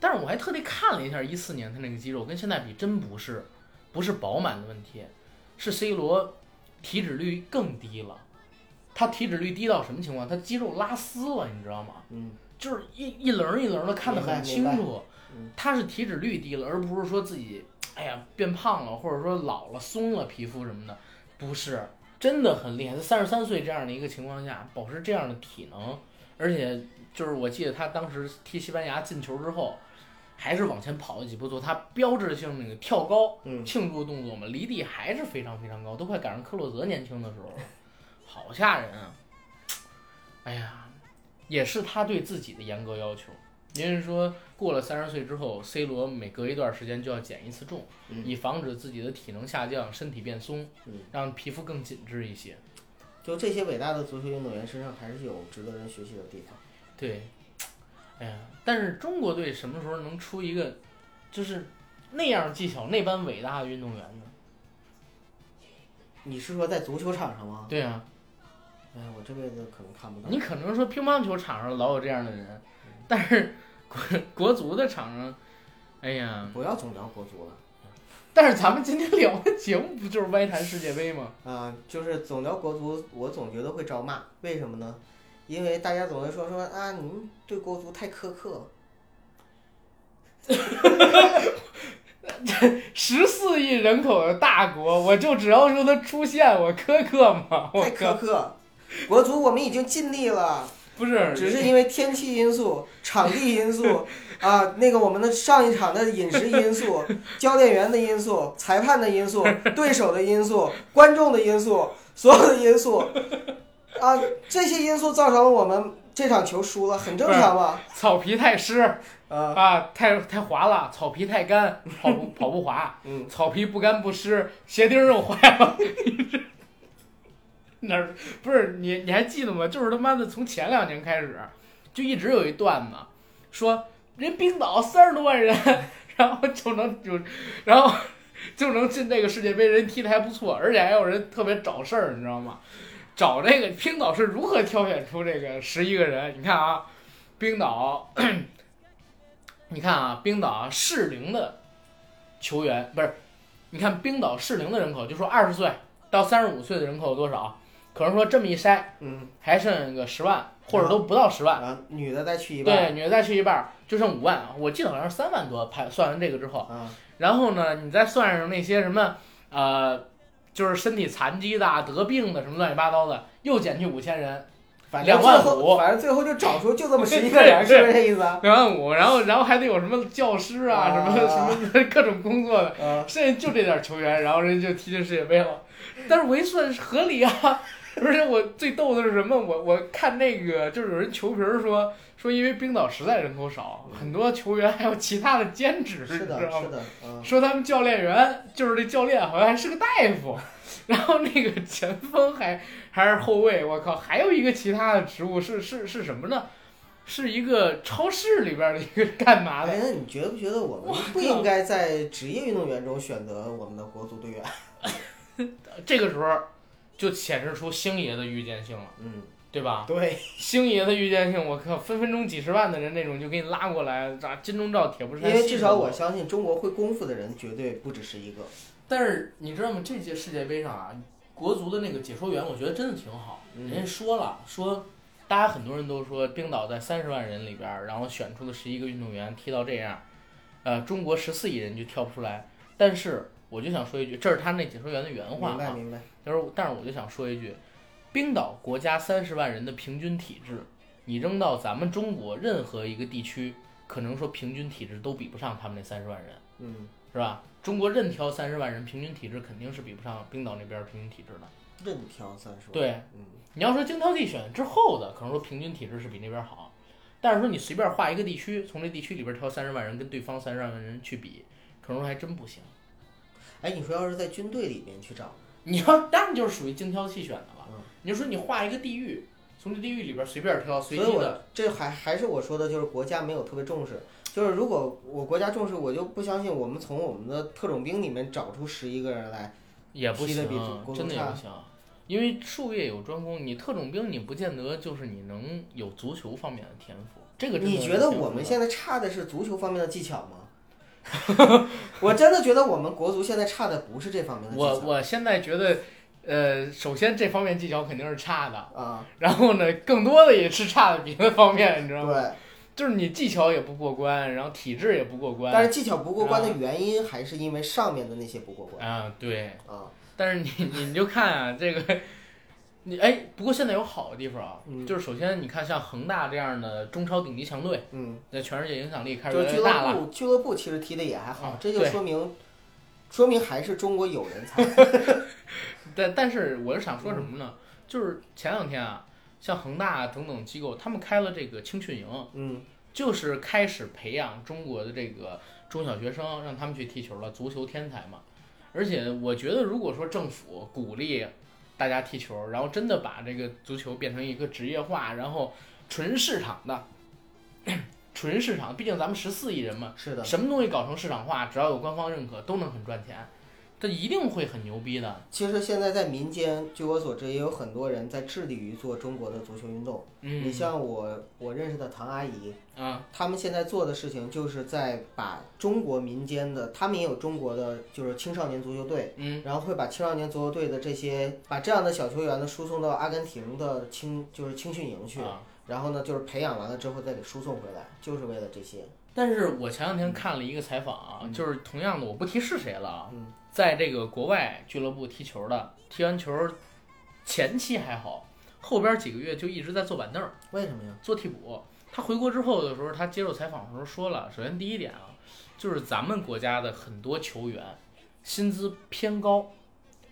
[SPEAKER 1] 但是我还特地看了一下一四年他那个肌肉跟现在比，真不是，不是饱满的问题，是 C 罗体脂率更低了。他体脂率低到什么情况？他肌肉拉丝了，你知道吗？
[SPEAKER 4] 嗯。
[SPEAKER 1] 就是一一棱一棱的看得
[SPEAKER 4] 明白
[SPEAKER 1] 很清
[SPEAKER 4] 明
[SPEAKER 1] 楚
[SPEAKER 4] 嗯。
[SPEAKER 1] 他是体脂率低了，而不是说自己哎呀变胖了，或者说老了松了皮肤什么的，不是，真的很厉害。他三十三岁这样的一个情况下，保持这样的体能，而且就是我记得他当时踢西班牙进球之后，还是往前跑了几步做他标志性那个跳高
[SPEAKER 4] 嗯
[SPEAKER 1] 庆祝动作嘛，离地还是非常非常高，都快赶上克洛泽年轻的时候了，好吓人啊！哎呀，也是他对自己的严格要求。您是说过了三十岁之后，C 罗每隔一段时间就要减一次重，
[SPEAKER 4] 嗯
[SPEAKER 1] 以防止自己的体能下降，身体变松，
[SPEAKER 4] 嗯
[SPEAKER 1] 让皮肤更紧致一些。
[SPEAKER 4] 就这些伟大的足球运动员身上还是有值得人学习的地方。
[SPEAKER 1] 对，哎呀，但是中国队什么时候能出一个就是那样技巧、那般伟大的运动员呢？
[SPEAKER 4] 你是说在足球场上吗？
[SPEAKER 1] 对啊，
[SPEAKER 4] 哎，我这辈子可能嗯看不到。
[SPEAKER 1] 你可能说乒乓球场上老有这样的人，但是国国足的场上，哎呀，
[SPEAKER 4] 不要总聊国足了
[SPEAKER 1] 但是咱们今天聊的节目不就是歪谈世界杯吗？
[SPEAKER 4] 啊、就是总聊国足，我总觉得会招骂。为什么呢？因为大家总会说说啊，你们对国足太苛刻。
[SPEAKER 1] 十四亿人口的大国，我就只要说他出现，我苛刻吗？我
[SPEAKER 4] 太苛
[SPEAKER 1] 苛
[SPEAKER 4] 刻。国足我们已经尽力了，
[SPEAKER 1] 不是，
[SPEAKER 4] 只是因为天气 因素、场地因素啊，那个我们的上一场的饮食 因素、教练员的因素、裁判的因素、对手的因素、 观众的因素，所有的因素啊，这些因素造成了我们这场球输了很正常嘛。
[SPEAKER 1] 草皮太湿
[SPEAKER 4] 呃，
[SPEAKER 1] 啊，太太滑了；草皮太干，跑不跑不滑；
[SPEAKER 4] 嗯，
[SPEAKER 1] 草皮不干不湿，鞋钉儿弄坏了。 哪儿不是你？你还记得吗？就是他妈的从前两年开始，就一直有一段子，说人冰岛三十多万人，然后就能就，然后就能进这个世界杯，人踢的还不错，而且还有人特别找事儿，你知道吗？找这个冰岛是如何挑选出这个十一个人？你看啊，冰岛， 你看啊，冰岛适龄的球员不是？你看冰岛适龄的人口，就说二十岁到三十五岁的人口有多少？啊可能说这么一筛，
[SPEAKER 4] 嗯，
[SPEAKER 1] 还剩个十万，或者都不到十万。
[SPEAKER 4] 然后啊女的再去一半，
[SPEAKER 1] 对，你再去一半儿就剩五万，啊我记得好像是三万多，排算完这个之后，
[SPEAKER 4] 啊，
[SPEAKER 1] 然后呢，你再算上那些什么呃，就是身体残疾的啊、得病的什么乱七八糟的，又减去五千人，
[SPEAKER 4] 反正
[SPEAKER 1] 两
[SPEAKER 4] 最
[SPEAKER 1] 万
[SPEAKER 4] 后
[SPEAKER 1] 五
[SPEAKER 4] 反正最后就找出就这么十一个 人，是不是这意思啊？
[SPEAKER 1] 两万五，然后然后还得有什么教师啊、什么什么 各种工作的，
[SPEAKER 4] 嗯，
[SPEAKER 1] 剩下就这点球员，然后人家就踢进世界杯了。但是我一算是合理啊，而且我最逗的是什么？我我看那个就是有人求评说说，因为冰岛实在人口少，很多球员还有其他的兼职，
[SPEAKER 4] 是的，
[SPEAKER 1] 你知道吗
[SPEAKER 4] 是？的，嗯，
[SPEAKER 1] 说他们教练员就是这教练好像还是个大夫，然后那个前锋还还是后卫，我靠，还有一个其他的职务是是是什么呢？是一个超市里边的一个干嘛的？
[SPEAKER 4] 哎，那你觉不觉得我们不应该在职业运动员中选择我们的国足队员？
[SPEAKER 1] 这个时候就显示出星爷的预见性了，
[SPEAKER 4] 嗯，
[SPEAKER 1] 对吧？
[SPEAKER 4] 对，
[SPEAKER 1] 星爷的预见性，我靠，分分钟几十万的人那种就给你拉过来，咋金钟罩铁布
[SPEAKER 4] 因
[SPEAKER 1] 衫？
[SPEAKER 4] 为至少我相信中国会功夫的人绝对不只是一个。
[SPEAKER 1] 但是你知道吗？这届世界杯上啊，国足的那个解说员，我觉得真的挺好。
[SPEAKER 4] 嗯
[SPEAKER 1] 人家说了，说大家很多人都说冰岛在三十万人里边儿，然后选出了十一个运动员踢到这样，呃，中国十四亿人就挑不出来。但是我就想说一句，这是他那解说员的原话
[SPEAKER 4] 明白，
[SPEAKER 1] 啊，
[SPEAKER 4] 明白。
[SPEAKER 1] 就是但是我就想说一句，冰岛国家三十万人的平均体制，你扔到咱们中国任何一个地区，可能说平均体制都比不上他们那三十万人。
[SPEAKER 4] 嗯，
[SPEAKER 1] 是吧？中国任挑三十万人，平均体制肯定是比不上冰岛那边儿平均体制的。
[SPEAKER 4] 任挑三说。，
[SPEAKER 1] 对，
[SPEAKER 4] 嗯，
[SPEAKER 1] 你要说精挑细选之后的，可能说平均体制是比那边儿好，但是说你随便划一个地区，从这地区里边儿挑三十万人跟对方三十万人去比，可能说还真不行。
[SPEAKER 4] 哎，你说要是在军队里面去找，
[SPEAKER 1] 你要当然就是属于精挑细选的了
[SPEAKER 4] 嗯。
[SPEAKER 1] 你就说你划一个地域，从这地域里边儿随便儿挑，
[SPEAKER 4] 所
[SPEAKER 1] 随
[SPEAKER 4] 以
[SPEAKER 1] 机
[SPEAKER 4] 我
[SPEAKER 1] 的，
[SPEAKER 4] 这还还是我说的，就是国家没有特别重视。就是如果我国家重视，我就不相信我们从我们的特种兵里面找出十一个人来。
[SPEAKER 1] 也不
[SPEAKER 4] 踢
[SPEAKER 1] 行
[SPEAKER 4] 得比中，国
[SPEAKER 1] 真的也
[SPEAKER 4] 差
[SPEAKER 1] 不行。因为术业有专攻，你特种兵你不见得就是你能有足球方面的天赋，这个真的
[SPEAKER 4] 你
[SPEAKER 1] 是
[SPEAKER 4] 觉得
[SPEAKER 1] 天
[SPEAKER 4] 我
[SPEAKER 1] 赋
[SPEAKER 4] 们
[SPEAKER 1] 的
[SPEAKER 4] 现在差的是足球方面的技巧吗？ 我真的觉得我们国足现在差的不是这方面的技
[SPEAKER 1] 我
[SPEAKER 4] 巧。
[SPEAKER 1] 我现在觉得，呃，首先这方面技巧肯定是差的，
[SPEAKER 4] 啊，
[SPEAKER 1] 然后呢，更多的也是差的别的方面，你知道吗？
[SPEAKER 4] 对，
[SPEAKER 1] 就是你技巧也不过关，然后体质也不过关。
[SPEAKER 4] 但是技巧不过关
[SPEAKER 1] 嗯
[SPEAKER 4] 的原因还是因为上面的那些不过关
[SPEAKER 1] 啊，对，
[SPEAKER 4] 啊。
[SPEAKER 1] 但是你你你就看啊，这个，你哎，不过现在有好的地方啊，
[SPEAKER 4] 嗯
[SPEAKER 1] 就是首先你看像恒大这样的中超顶级强队，
[SPEAKER 4] 嗯，
[SPEAKER 1] 在全世界影响力开始
[SPEAKER 4] 就
[SPEAKER 1] 越来
[SPEAKER 4] 是俱
[SPEAKER 1] 越大
[SPEAKER 4] 乐
[SPEAKER 1] 了。
[SPEAKER 4] 部俱乐部其实踢的也还好
[SPEAKER 1] 嗯，
[SPEAKER 4] 这就
[SPEAKER 1] 对
[SPEAKER 4] 说明说明还是中国有人才。
[SPEAKER 1] 但但是我是想说什
[SPEAKER 4] 嗯
[SPEAKER 1] 么呢？就是前两天啊，像恒大等等机构，他们开了这个青训营。
[SPEAKER 4] 嗯
[SPEAKER 1] 就是开始培养中国的这个中小学生，让他们去踢球了，足球天才嘛。而且我觉得，如果说政府鼓励大家踢球，然后真的把这个足球变成一个职业化，然后纯市场的，纯市场，毕竟咱们十四亿人嘛，，
[SPEAKER 4] 是的。
[SPEAKER 1] 什么东西搞成市场化，只要有官方认可，都能很赚钱，这一定会很牛逼的。
[SPEAKER 4] 其实现在在民间，据我所知，也有很多人在致力于做中国的足球运动。
[SPEAKER 1] 嗯，
[SPEAKER 4] 你像我，我认识的唐阿姨，
[SPEAKER 1] 啊，
[SPEAKER 4] 他们现在做的事情就是在把中国民间的，他们也有中国的就是青少年足球队，
[SPEAKER 1] 嗯
[SPEAKER 4] 然后会把青少年足球队的这些，把这样的小球员呢输送到阿根廷的青就是青训营去，
[SPEAKER 1] 啊。
[SPEAKER 4] 然后呢就是培养完了之后再给输送回来，就是为了这些。
[SPEAKER 1] 但是我前两
[SPEAKER 4] 嗯
[SPEAKER 1] 天看了一个采访啊，就是同样的，我不提是谁了啊，
[SPEAKER 4] 嗯
[SPEAKER 1] 在这个国外俱乐部踢球的，踢完球前期还好，后边几个月就一直在坐板凳儿
[SPEAKER 4] 为什么呀？
[SPEAKER 1] 做替补。他回国之后的时候，他接受采访的时候说了，首先第一点啊，就是咱们国家的很多球员薪资偏高，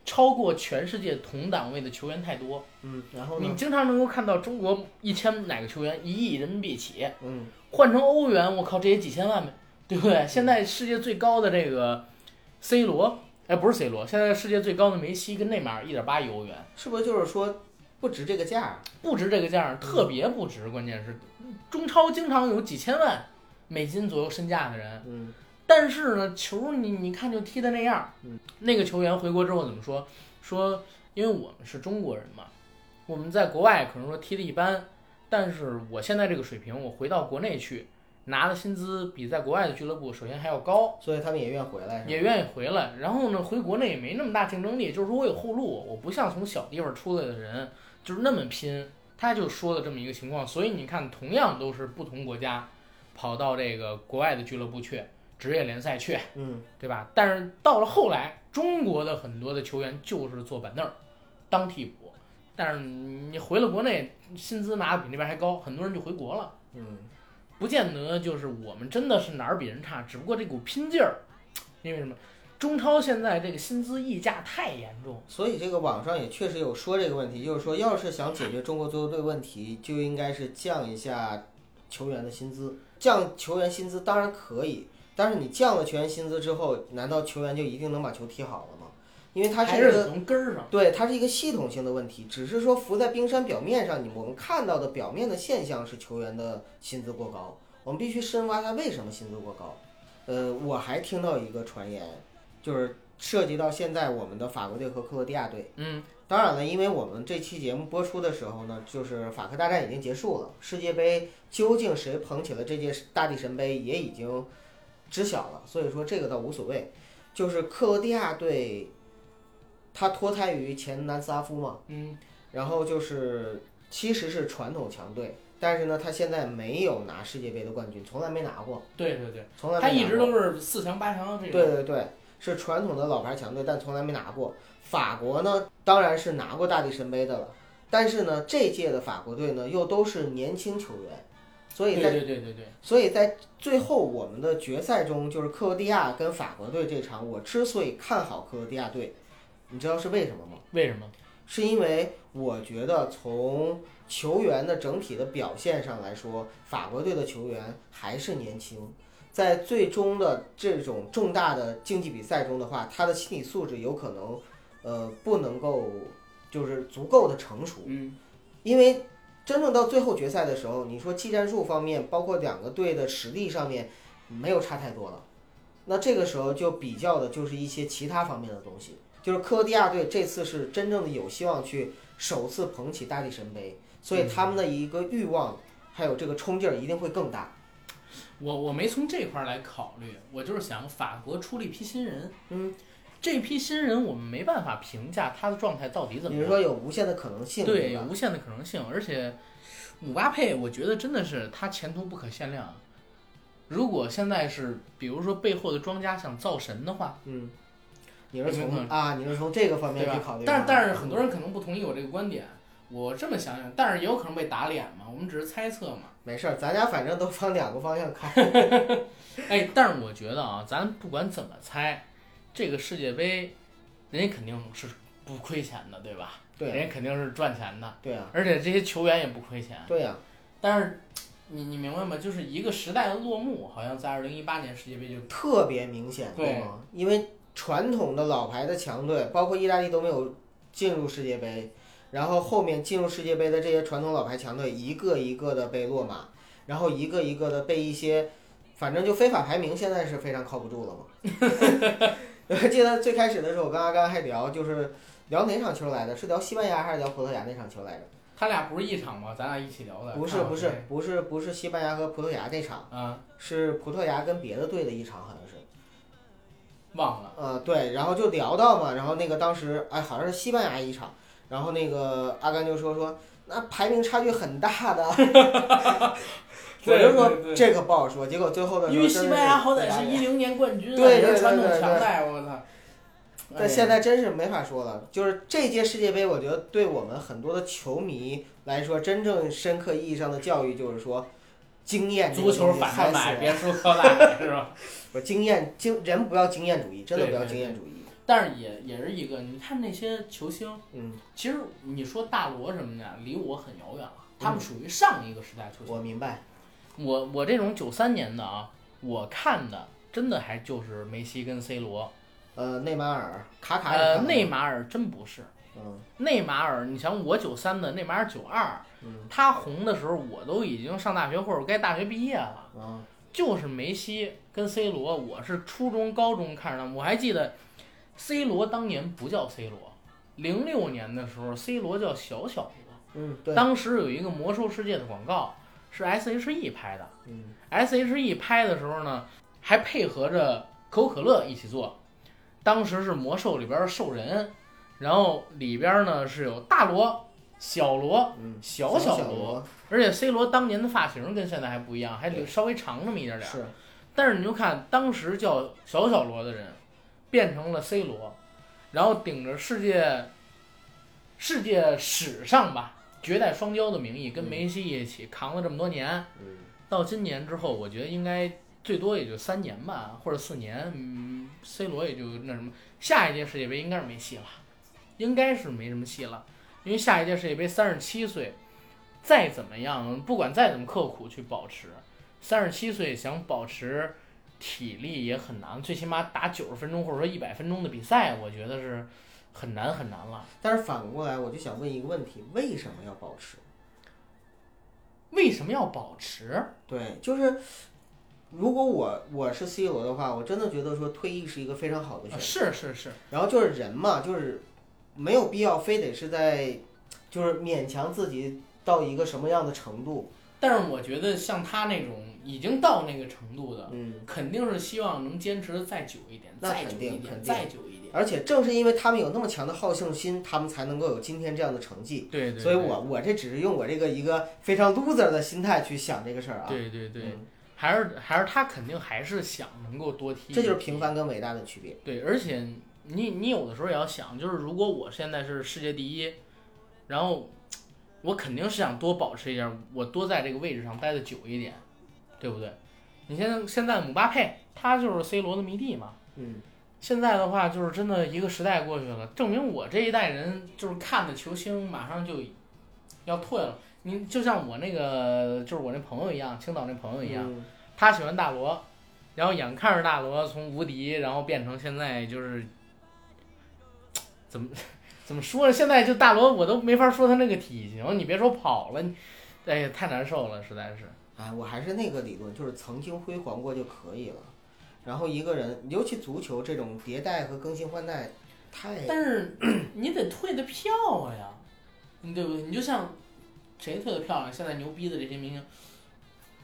[SPEAKER 1] 超过全世界同档位的球员太多。
[SPEAKER 4] 嗯，然后
[SPEAKER 1] 你
[SPEAKER 4] 呢？
[SPEAKER 1] 经常能够看到中国一千哪个球员一亿人民币起，
[SPEAKER 4] 嗯，
[SPEAKER 1] 换成欧元，我靠，这也几千万呗，对不对？现在世界最高的这个 C 罗，哎，不是 C 罗，现在世界最高的梅西跟内马尔一点八亿欧元，
[SPEAKER 4] 是不是就是说不值这个价儿？
[SPEAKER 1] 不值这个价儿，特别不值。关键是中超经常有几千万美金左右身价的人，
[SPEAKER 4] 嗯
[SPEAKER 1] 但是呢，球你你看就踢的那样。
[SPEAKER 4] 嗯，
[SPEAKER 1] 那个球员回国之后怎么说？说因为我们是中国人嘛，我们在国外可能说踢的一般，但是我现在这个水平，我回到国内去拿的薪资比在国外的俱乐部首先还要高，
[SPEAKER 4] 所以他们也愿回来，是吧
[SPEAKER 1] 也愿意回来。然后呢，回国内也没那么大竞争力，就是说我有后路，我不像从小地方出来的人就是那么拼。他就说了这么一个情况，所以你看，同样都是不同国家跑到这个国外的俱乐部去，职业联赛去，
[SPEAKER 4] 嗯，
[SPEAKER 1] 对吧？但是到了后来，中国的很多的球员就是坐板凳儿当替补，但是你回了国内，薪资拿的比那边还高，很多人就回国了。
[SPEAKER 4] 嗯，
[SPEAKER 1] 不见得就是我们真的是哪儿比人差，只不过这股拼劲儿，因为什么？中超现在这个薪资溢价太严重，
[SPEAKER 4] 所以这个网上也确实有说这个问题，就是说，要是想解决中国足球队问题，就应该是降一下球员的薪资。降球员薪资当然可以，但是你降了球员薪资之后，难道球员就一定能把球踢好了吗？因为它
[SPEAKER 1] 还
[SPEAKER 4] 是一
[SPEAKER 1] 是得
[SPEAKER 4] 个
[SPEAKER 1] 从根儿上。
[SPEAKER 4] 对，它是一个系统性的问题，只是说浮在冰山表面上，你我们看到的表面的现象是球员的薪资过高，我们必须深挖一下为什么薪资过高。呃，我还听到一个传言，就是涉及到现在我们的法国队和克罗地亚队。
[SPEAKER 1] 嗯，
[SPEAKER 4] 当然了，因为我们这期节目播出的时候呢，就是法科大战已经结束了，世界杯究竟谁捧起了这届大力神杯也已经知晓了，所以说这个倒无所谓。就是克罗地亚队，他脱胎于前南斯拉夫嘛，
[SPEAKER 1] 嗯，
[SPEAKER 4] 然后就是其实是传统强队，但是呢，他现在没有拿世界杯的冠军，从来没拿过，
[SPEAKER 1] 对对对，
[SPEAKER 4] 从来没
[SPEAKER 1] 他
[SPEAKER 4] 拿过
[SPEAKER 1] 一直都是四强八强这
[SPEAKER 4] 对
[SPEAKER 1] 个。
[SPEAKER 4] 对对，是传统的老牌强队，但从来没拿过。法国呢，当然是拿过大力神杯的了，但是呢，这届的法国队呢，又都是年轻球员，所以
[SPEAKER 1] 对
[SPEAKER 4] 在
[SPEAKER 1] 对对对对，
[SPEAKER 4] 所以在最后我们的决赛中，就是克罗地亚跟法国队这场，我之所以看好克罗地亚队，你知道是为什么吗？
[SPEAKER 1] 为什么？
[SPEAKER 4] 是因为我觉得从球员的整体的表现上来说，法国队的球员还是年轻，在最终的这种重大的竞技比赛中的话，他的心理素质有可能，呃，不能够就是足够的成熟，
[SPEAKER 1] 嗯，
[SPEAKER 4] 因为真正到最后决赛的时候，你说技战术方面，包括两个队的实力上面，没有差太多了。那这个时候就比较的就是一些其他方面的东西，就是克罗地亚队这次是真正的有希望去首次捧起大力神杯，所以他们
[SPEAKER 1] 嗯
[SPEAKER 4] 的一个欲望还有这个冲劲儿一定会更大。
[SPEAKER 1] 我我没从这块儿来考虑，我就是想法国出了一批新人，
[SPEAKER 4] 嗯，
[SPEAKER 1] 这批新人我们没办法评价他的状态到底怎么
[SPEAKER 4] 你
[SPEAKER 1] 样。
[SPEAKER 4] 是说有无限的可能性，
[SPEAKER 1] 对，有
[SPEAKER 4] 吧？
[SPEAKER 1] 无限的可能性。而且姆巴佩，我觉得真的是他前途不可限量。如果现在是比如说背后的庄家想造神的话，
[SPEAKER 4] 嗯，你是
[SPEAKER 1] 有没有可
[SPEAKER 4] 从
[SPEAKER 1] 能
[SPEAKER 4] 啊，你是从这个方面
[SPEAKER 1] 对
[SPEAKER 4] 去
[SPEAKER 1] 吧
[SPEAKER 4] 考虑？？啊嗯
[SPEAKER 1] 但是但是很多人可能不同意我这个观点。我这么想想，但是也有可能被打脸嘛，我们只是猜测嘛。
[SPEAKER 4] 没事儿，咱俩反正都往两个方 向看。
[SPEAKER 1] 哎，但是我觉得啊，咱不管怎么猜，这个世界杯，人家肯定是不亏钱的，对吧？
[SPEAKER 4] 对啊
[SPEAKER 1] 人家肯定是赚钱的，
[SPEAKER 4] 对啊，
[SPEAKER 1] 而且这些球员也不亏钱。
[SPEAKER 4] 对啊，
[SPEAKER 1] 但是你你明白吗？就是一个时代的落幕，好像在二零一八年世界杯就
[SPEAKER 4] 特别明显，
[SPEAKER 1] 对
[SPEAKER 4] 吗？因为传统的老牌的强队，包括意大利都没有进入世界杯，然后后面进入世界杯的这些传统老牌强队，一个一个的被落马，然后一个一个的被一些，反正就非法排名现在是非常靠不住了嘛。我 记得最开始的时候，我跟阿甘还聊，就是聊哪场球来的？是聊西班牙还是聊葡萄牙那场球来着？
[SPEAKER 1] 他俩不是一场吗？咱俩一起聊的。
[SPEAKER 4] 不是
[SPEAKER 1] 看我
[SPEAKER 4] 不是
[SPEAKER 1] 谁
[SPEAKER 4] 不是不是西班牙和葡萄牙那场，
[SPEAKER 1] 啊，
[SPEAKER 4] 是葡萄牙跟别的队的一场，好像是。
[SPEAKER 1] 忘了。
[SPEAKER 4] 呃，对，然后就聊到嘛，然后那个当时哎，好像是西班牙一场，然后那个阿甘就说说那排名差距很大的， 我
[SPEAKER 1] 对
[SPEAKER 4] 就说
[SPEAKER 1] 对对
[SPEAKER 4] 这个不好说，结果最后的时
[SPEAKER 1] 因
[SPEAKER 4] 候
[SPEAKER 1] 为
[SPEAKER 4] 真
[SPEAKER 1] 西
[SPEAKER 4] 是
[SPEAKER 1] 班牙好
[SPEAKER 4] 被
[SPEAKER 1] 歹
[SPEAKER 4] 打
[SPEAKER 1] 是
[SPEAKER 4] 脸
[SPEAKER 1] 一零年冠军啊，
[SPEAKER 4] 对对
[SPEAKER 1] 人家
[SPEAKER 4] 对
[SPEAKER 1] 传统
[SPEAKER 4] 对对
[SPEAKER 1] 强代，我操！哎呀
[SPEAKER 4] 但现在真是没法说了，就是这届世界杯，我觉得对我们很多的球迷来说，真正深刻意义上的教育就是说，经验这个
[SPEAKER 1] 足球
[SPEAKER 4] 东西
[SPEAKER 1] 反
[SPEAKER 4] 害
[SPEAKER 1] 着
[SPEAKER 4] 死
[SPEAKER 1] 买，
[SPEAKER 4] 人
[SPEAKER 1] 别输靠大人是吧？
[SPEAKER 4] 不是经验经人不要经验主义，真的
[SPEAKER 1] 对
[SPEAKER 4] 不要
[SPEAKER 1] 对
[SPEAKER 4] 经
[SPEAKER 1] 对
[SPEAKER 4] 验主义。
[SPEAKER 1] 但是也也是一个，你看那些球星，
[SPEAKER 4] 嗯，
[SPEAKER 1] 其实你说大罗什么的，离我很遥远了，他们属于上一个时代球星。
[SPEAKER 4] 嗯我明白，
[SPEAKER 1] 我我这种九三年的啊，我看的真的还就是梅西跟 C 罗，
[SPEAKER 4] 呃，内马尔、卡卡也看
[SPEAKER 1] 呃
[SPEAKER 4] 过，
[SPEAKER 1] 内马尔真不是。
[SPEAKER 4] 嗯
[SPEAKER 1] 内马尔，你想我九三的，内马尔九二，
[SPEAKER 4] 嗯
[SPEAKER 1] 他红的时候我都已经上大学或者该大学毕业了。
[SPEAKER 4] 嗯
[SPEAKER 1] 就是梅西跟 C 罗，我是初中、高中看着他们，我还记得 C 罗当年不叫 C 罗，零六年的时候 C 罗叫小小罗，
[SPEAKER 4] 嗯，对，
[SPEAKER 1] 当时有一个魔兽世界的广告是 SHE 拍的
[SPEAKER 4] 嗯
[SPEAKER 1] ，SHE 拍的时候呢，还配合着可口可乐一起做，当时是魔兽里边的兽人，然后里边呢是有大罗、小罗、
[SPEAKER 4] 嗯，
[SPEAKER 1] 小
[SPEAKER 4] 小
[SPEAKER 1] 小罗，
[SPEAKER 4] 罗
[SPEAKER 1] 而且 C 罗当年的发型跟现在还不一样，还
[SPEAKER 4] 对
[SPEAKER 1] 稍微长那么一点点。
[SPEAKER 4] 是，
[SPEAKER 1] 但是你就看当时叫小小罗的人，变成了 C 罗，然后顶着世界世界史上吧绝代双骄的名义，跟
[SPEAKER 4] 嗯
[SPEAKER 1] 梅西一起扛了这么多年，
[SPEAKER 4] 嗯
[SPEAKER 1] 到今年之后，我觉得应该最多也就三年吧，或者四年，嗯，C 罗也就那什么，下一届世界杯应该是没戏了，应该是没什么戏了，因为下一届世界杯三十七岁，再怎么样，不管再怎么刻苦去保持，三十七岁想保持体力也很难，最起码打九十分钟或者说一百分钟的比赛，我觉得是很难很难了。
[SPEAKER 4] 但是反过来，我就想问一个问题：为什么要保持？
[SPEAKER 1] 为什么要保持？
[SPEAKER 4] 对，就是如果我我是 C 罗的话，我真的觉得说退役是一个非常好的选
[SPEAKER 1] 啊是
[SPEAKER 4] 择。
[SPEAKER 1] 是是，
[SPEAKER 4] 然后就是人嘛，就是没有必要非得是在，就是勉强自己到一个什么样的程度。
[SPEAKER 1] 但是我觉得像他那种已经到那个程度的，
[SPEAKER 4] 嗯，
[SPEAKER 1] 肯定是希望能坚持得再久一点，
[SPEAKER 4] 那
[SPEAKER 1] 再
[SPEAKER 4] 肯
[SPEAKER 1] 久一
[SPEAKER 4] 定肯
[SPEAKER 1] 点，
[SPEAKER 4] 定
[SPEAKER 1] 再久一点。
[SPEAKER 4] 而且正是因为他们有那么强的好胜心，他们才能够有今天这样的成绩。
[SPEAKER 1] 对对对，
[SPEAKER 4] 所以我我这只是用我这个一个非常 loser 的心态去想这个事儿啊。
[SPEAKER 1] 对对对，
[SPEAKER 4] 嗯，
[SPEAKER 1] 还是还是他肯定还是想能够多踢，
[SPEAKER 4] 这就是平。凡跟伟大的区别。
[SPEAKER 1] 对，而且你你有的时候也要想，就是如果我现在是世界第一，然后我肯定是想多保持一点，我多在这个位置上待的久一点，对不对？你现在现在姆巴佩他就是 C 罗的迷弟嘛，
[SPEAKER 4] 嗯，
[SPEAKER 1] 现在的话，就是真的一个时代过去了，证明我这一代人就是看的球星马上就要退了。你就像我那个，就是我那朋友一样，青岛那朋友一样，
[SPEAKER 4] 嗯
[SPEAKER 1] 他喜欢大罗，然后眼看着大罗从无敌，然后变成现在就是怎么 怎么说呢？现在就大罗我都没法说他那个体型，你别说跑了，你哎呀太难受了，实在是。
[SPEAKER 4] 哎，我还是那个理论，就是曾经辉煌过就可以了。然后一个人，尤其足球这种迭代和更新换代，太
[SPEAKER 1] 但是 你得退的票啊呀，你对不对？你就像谁退的漂亮？现在牛逼的这些明星，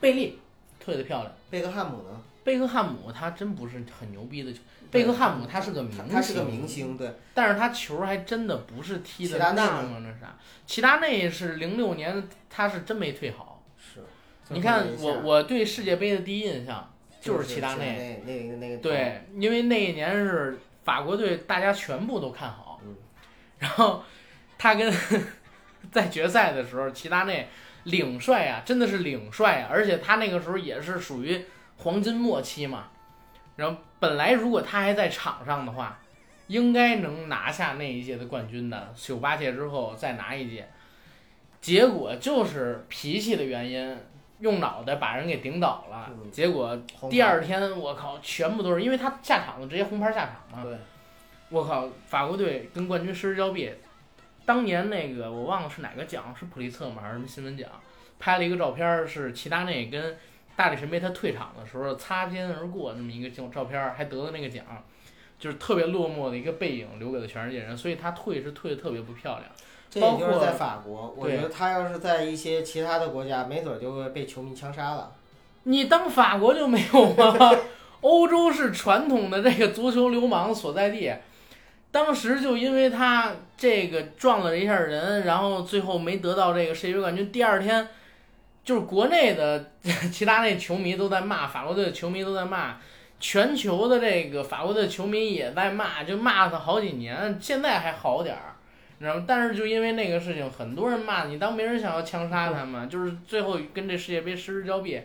[SPEAKER 1] 贝利退的漂亮，
[SPEAKER 4] 贝克汉姆呢？
[SPEAKER 1] 贝克汉姆他真不是很牛逼的球，贝克汉姆他是个明
[SPEAKER 4] 他
[SPEAKER 1] 星，
[SPEAKER 4] 他是个明，星，对，
[SPEAKER 1] 但是他球还真的不是踢的
[SPEAKER 4] 齐达内
[SPEAKER 1] 那
[SPEAKER 4] 呢
[SPEAKER 1] 么那啥。齐达内是零六年，他是真没退好。
[SPEAKER 4] 是。
[SPEAKER 1] 你看
[SPEAKER 4] 就是
[SPEAKER 1] 我我对世界杯的第一印象就是齐
[SPEAKER 4] 齐
[SPEAKER 1] 达
[SPEAKER 4] 内
[SPEAKER 1] 内，
[SPEAKER 4] 那个那个，
[SPEAKER 1] 对，因为那一年是法国队，大家全部都看好，
[SPEAKER 4] 嗯
[SPEAKER 1] 然后他跟 在决赛的时候，齐达内领帅啊，真的是领帅啊，而且他那个时候也是属于黄金末期嘛，然后本来如果他还在场上的话，应该能拿下那一届的冠军的，九八届之后再拿一届，结果就是脾气的原因，用脑袋把人给顶倒了，
[SPEAKER 4] 嗯
[SPEAKER 1] 结果
[SPEAKER 4] 红
[SPEAKER 1] 第
[SPEAKER 4] 牌
[SPEAKER 1] 二天我靠，全部都是因为他下场了，直接红牌下场嘛。
[SPEAKER 4] 对，
[SPEAKER 1] 我靠，法国队跟冠军失之交臂。当年那个我忘了是哪个奖，是普利策吗还是什么新闻奖？拍了一个照片儿，是齐达内跟大力神杯他退场的时候擦肩而过那么一个照照片儿，还得了那个奖，就是特别落寞的一个背影，留给了全世界人。所以他退是退的特别不漂亮。
[SPEAKER 4] 这
[SPEAKER 1] 包
[SPEAKER 4] 也就是
[SPEAKER 1] 括
[SPEAKER 4] 在法国，我
[SPEAKER 1] 对
[SPEAKER 4] 觉得他要是在一些其他的国家，没准儿就会被球迷枪杀了。
[SPEAKER 1] 你当法国就没有吗？欧洲是传统的这个足球流氓所在地，当时就因为他这个撞了一下人，然后最后没得到这个世界杯冠军。第二天，就是国内的 其他那球迷都在骂，法国队的球迷都在骂，全球的这个法国队的球迷也在骂，就骂他好几年，现在还好点儿。你知道吗？但是就因为那个事情，很多人骂你，当没人想要枪杀他们，就是最后跟这世界杯失之交臂。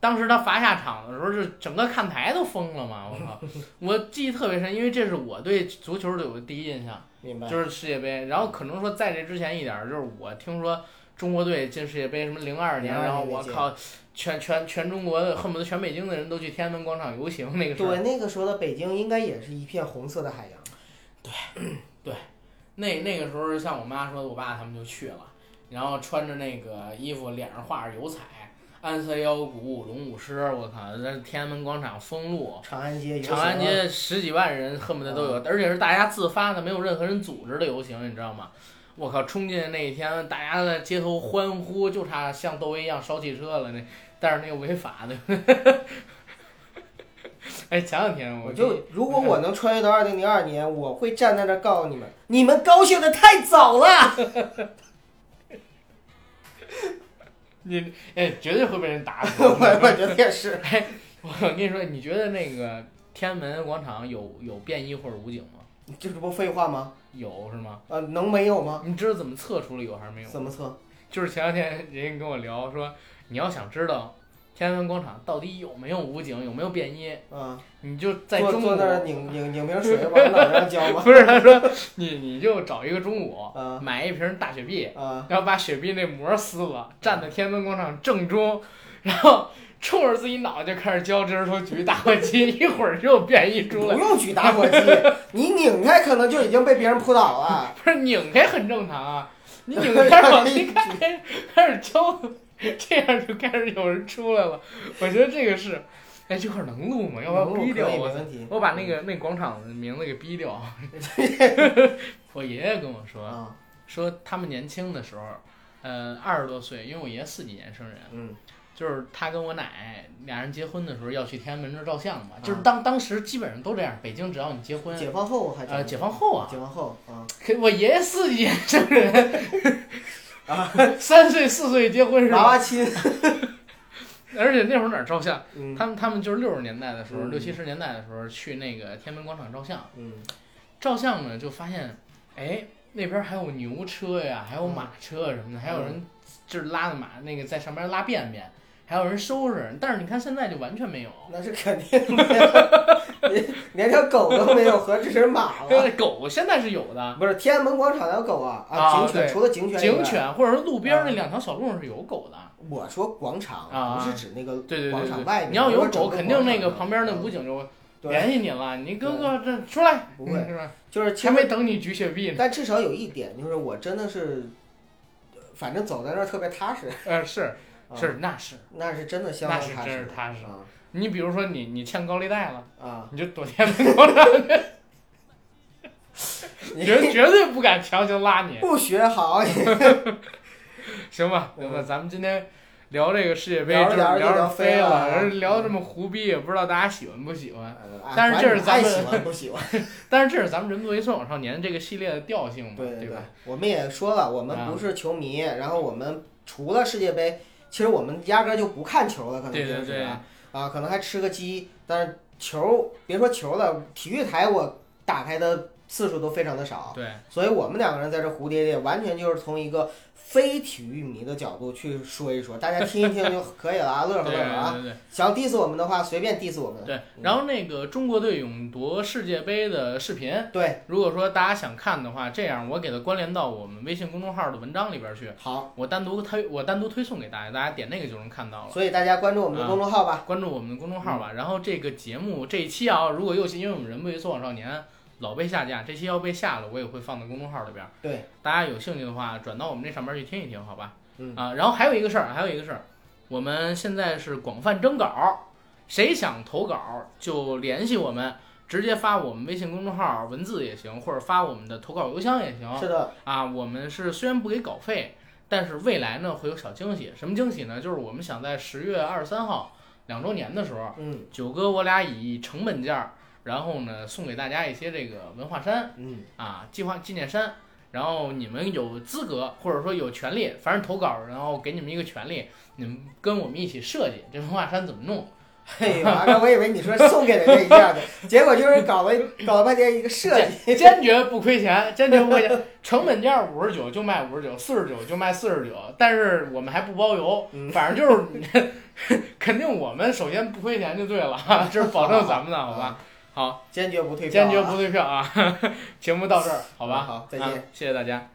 [SPEAKER 1] 当时他罚下场的时候，是整个看台都疯了嘛！我 靠，我记忆特别深，因为这是我对足球有的第一印象，
[SPEAKER 4] 明白。
[SPEAKER 1] 就是世界杯。然后可能说在这之前一点儿，就是我听说中国队进世界杯什么零二年，
[SPEAKER 4] 02
[SPEAKER 1] 然后我
[SPEAKER 4] 那届
[SPEAKER 1] 靠，全全全中国的恨不得全北京的人都去天安门广场游行那个事儿
[SPEAKER 4] 对，那个时候的北京应该也是一片红色的海洋。
[SPEAKER 1] 那那个时候，像我妈说，我爸他们就去了，然后穿着那个衣服，脸上画着油彩，安塞腰鼓、舞龙舞狮，我靠，在天安门广场封路，
[SPEAKER 4] 长安街，
[SPEAKER 1] 长安，
[SPEAKER 4] 啊
[SPEAKER 1] 街十几万人恨不得都
[SPEAKER 4] 嗯
[SPEAKER 1] 有，而且是大家自发的，没有任何人组织的游行，你知道吗？我靠，冲进那一天，大家在街头欢呼，就差像窦唯一样烧汽车了那，但是那又违法的。 哎，前两天
[SPEAKER 4] 我
[SPEAKER 1] 我
[SPEAKER 4] 就如果我能穿越到二零零二年，我会站在那儿告诉你们，你们高兴的太早了。
[SPEAKER 1] 你哎，绝对会被人打死。
[SPEAKER 4] 我我觉得也是，
[SPEAKER 1] 我跟你说，你觉得那个天安门广场有有便衣或者武警吗？
[SPEAKER 4] 这不废话吗？
[SPEAKER 1] 有是吗？
[SPEAKER 4] 呃，能没有吗？
[SPEAKER 1] 你知道怎么测出了有还是没有吗？
[SPEAKER 4] 怎么测？
[SPEAKER 1] 就是前两天人家跟我聊说，你要想知道天安门广场到底有没有武警，有没有便衣，
[SPEAKER 4] 啊，
[SPEAKER 1] 你就在
[SPEAKER 4] 坐
[SPEAKER 1] 中午
[SPEAKER 4] 坐那儿拧拧拧瓶水，往脑袋上浇 吗？
[SPEAKER 1] 不是他说你你就找一个中午
[SPEAKER 4] 啊
[SPEAKER 1] 买一瓶大雪碧，
[SPEAKER 4] 啊，
[SPEAKER 1] 然后把雪碧那膜撕了，站在天安门广场正中，然后冲着自己脑袋就开始浇，这时候举一大火机，一会儿就有便衣出
[SPEAKER 4] 不
[SPEAKER 1] 来。
[SPEAKER 4] 用举打火机，你拧开可能就已经被别人扑倒了。
[SPEAKER 1] 不是拧开很正常啊， 你 拧开往里开开始敲，这样就开始有人出来了。我觉得这个是，哎，这块儿能录吗？要不要
[SPEAKER 4] 能录
[SPEAKER 1] 逼掉
[SPEAKER 4] 可以没
[SPEAKER 1] 我？
[SPEAKER 4] 问题。
[SPEAKER 1] 我把那个那广场的名字给逼掉。 我爷爷跟我说，
[SPEAKER 4] 啊，
[SPEAKER 1] 说他们年轻的时候，呃，二十多岁，因为我爷四几年生人，
[SPEAKER 4] 嗯，
[SPEAKER 1] 就是他跟我奶俩人结婚的时候要去天安门这儿照相嘛，
[SPEAKER 4] 啊
[SPEAKER 1] 就是当当时基本上都这样，北京只要你结婚，
[SPEAKER 4] 解放后还
[SPEAKER 1] 呃，解放后啊，
[SPEAKER 4] 解放后啊，
[SPEAKER 1] 可我爷爷四几年生人，
[SPEAKER 4] 啊，
[SPEAKER 1] 三岁四岁结婚是
[SPEAKER 4] 娃
[SPEAKER 1] 吧？
[SPEAKER 4] 娃亲，
[SPEAKER 1] 而且那会儿哪儿照相？
[SPEAKER 4] 嗯
[SPEAKER 1] 他们他们就是六十年代的时候，
[SPEAKER 4] 嗯
[SPEAKER 1] 六七十年代的时候去那个天安门广场照相，
[SPEAKER 4] 嗯，
[SPEAKER 1] 照相呢就发现，哎，那边还有牛车呀，还有马车什么的，还有人就是拉的马那个在上面拉便便，还有人收拾。但是你看现在就完全没有，
[SPEAKER 4] 那是肯定的，连 连条狗都没有，何止是马了？
[SPEAKER 1] 狗现在是有的，
[SPEAKER 4] 不是天安门广场有狗啊
[SPEAKER 1] 啊
[SPEAKER 4] 警犬
[SPEAKER 1] 对
[SPEAKER 4] 除了警犬，
[SPEAKER 1] 警，犬或者是路边
[SPEAKER 4] 啊
[SPEAKER 1] 那两条小路上是有狗的。
[SPEAKER 4] 我说广场
[SPEAKER 1] 啊
[SPEAKER 4] 不是指那个
[SPEAKER 1] 对对
[SPEAKER 4] 广
[SPEAKER 1] 对对
[SPEAKER 4] 场外
[SPEAKER 1] 对，
[SPEAKER 4] 面，
[SPEAKER 1] 你要
[SPEAKER 4] 我
[SPEAKER 1] 有
[SPEAKER 4] 说整
[SPEAKER 1] 狗，
[SPEAKER 4] 个
[SPEAKER 1] 肯定那
[SPEAKER 4] 广
[SPEAKER 1] 个
[SPEAKER 4] 场
[SPEAKER 1] 旁边那
[SPEAKER 4] 嗯
[SPEAKER 1] 武警就
[SPEAKER 4] 对，
[SPEAKER 1] 联系你了，你哥哥这出来
[SPEAKER 4] 不会
[SPEAKER 1] 是吧？
[SPEAKER 4] 就是其
[SPEAKER 1] 还没
[SPEAKER 4] 实，
[SPEAKER 1] 等你举雪碧 呢。
[SPEAKER 4] 但至少有一点就是我真的是，呃反正走在那儿特别踏实，
[SPEAKER 1] 呃，是
[SPEAKER 4] 啊
[SPEAKER 1] 是，，那是
[SPEAKER 4] 那是真的相
[SPEAKER 1] 那
[SPEAKER 4] 当
[SPEAKER 1] 是
[SPEAKER 4] 踏
[SPEAKER 1] 真是
[SPEAKER 4] 实
[SPEAKER 1] 踏实。
[SPEAKER 4] 啊
[SPEAKER 1] 你比如说你你欠高利贷了，
[SPEAKER 4] 啊，
[SPEAKER 1] 你就躲天安门广场，
[SPEAKER 4] 你
[SPEAKER 1] 绝绝对不敢强行拉你，
[SPEAKER 4] 不学好，你
[SPEAKER 1] 行吧？
[SPEAKER 4] 嗯
[SPEAKER 1] 行吧，咱们今天。聊这个世界杯，
[SPEAKER 4] 聊
[SPEAKER 1] 就
[SPEAKER 4] 着
[SPEAKER 1] 是
[SPEAKER 4] 聊着就
[SPEAKER 1] 聊
[SPEAKER 4] 聊
[SPEAKER 1] 着
[SPEAKER 4] 飞
[SPEAKER 1] 飞了，
[SPEAKER 4] 了嗯
[SPEAKER 1] 而聊得这么胡逼，也不知道大家喜欢不喜欢。
[SPEAKER 4] 哎
[SPEAKER 1] 但是这是
[SPEAKER 4] 管
[SPEAKER 1] 咱
[SPEAKER 4] 你爱
[SPEAKER 1] 们
[SPEAKER 4] 喜欢不喜欢？
[SPEAKER 1] 但是这是咱们《人作为送往少年》这个系列的调性嘛，
[SPEAKER 4] 对对
[SPEAKER 1] 吧？，啊
[SPEAKER 4] 我们也说了，我们不是球迷，然后我们除了世界杯，其实我们压根儿就不看球了，可能
[SPEAKER 1] 对
[SPEAKER 4] 平
[SPEAKER 1] 对
[SPEAKER 4] 时
[SPEAKER 1] 对，
[SPEAKER 4] 啊啊，可能还吃个鸡，但是球别说球了，体育台我打开的次数都非常的少，
[SPEAKER 1] 对，
[SPEAKER 4] 所以我们两个人在这蝴蝶里完全就是从一个非体育迷的角度去说一说，大家听一听就可以了啊， 乐呵
[SPEAKER 1] 对
[SPEAKER 4] 乐呵啊，
[SPEAKER 1] 对对
[SPEAKER 4] 想 diss 我们的话随便 diss 我们，
[SPEAKER 1] 对。然后那个中国队勇夺世界杯的视频，
[SPEAKER 4] 对，
[SPEAKER 1] 如果说大家想看的话，这样我给它关联到我们微信公众号的文章里边去，
[SPEAKER 4] 好，
[SPEAKER 1] 我单独推我单独推送给大家，大家点那个就能看到了。
[SPEAKER 4] 所以大家关注我
[SPEAKER 1] 啊
[SPEAKER 4] 们的公众号吧，
[SPEAKER 1] 关注我们的公众号吧。然后这个节目这一期啊，如果又是因为我们人不为所往少年老被下架，这期要被下了，我也会放到公众号里边。
[SPEAKER 4] 对，
[SPEAKER 1] 大家有兴趣的话，转到我们这上边去听一听，好吧？
[SPEAKER 4] 嗯
[SPEAKER 1] 啊，然后还有一个事儿，还有一个事儿，我们现在是广泛征稿，谁想投稿就联系我们。直接发我们微信公众号文字也行，或者发我们的投稿邮箱也行。
[SPEAKER 4] 是的，
[SPEAKER 1] 啊，我们是虽然不给稿费，但是未来呢会有小惊喜。什么惊喜呢？就是我们想在十月二十三号两周年的时候，
[SPEAKER 4] 嗯
[SPEAKER 1] 九哥我俩以成本价儿，然后呢送给大家一些这个文化衫
[SPEAKER 4] 嗯。
[SPEAKER 1] 啊，计划纪念衫。然后你们有资格或者说有权利，反正投稿，然后给你们一个权利，你们跟我们一起设计这文化衫怎么弄
[SPEAKER 4] 嘿，完了，我以为你说送给人家一样的，结果就是搞了搞了半天一个设计。
[SPEAKER 1] 坚决不亏钱，坚决不亏钱。成本价五十九就卖五十九，四十九就卖四十九，但是我们还不包邮，
[SPEAKER 4] 嗯
[SPEAKER 1] 反正就是 肯定我们首先不亏钱就对
[SPEAKER 4] 嗯
[SPEAKER 1] 了，这是保证咱们的，好吧？好，
[SPEAKER 4] 坚决不退票、啊，嗯
[SPEAKER 1] 坚决不退票啊！节目到这儿，好吧？
[SPEAKER 4] 好再见
[SPEAKER 1] 啊谢谢大家。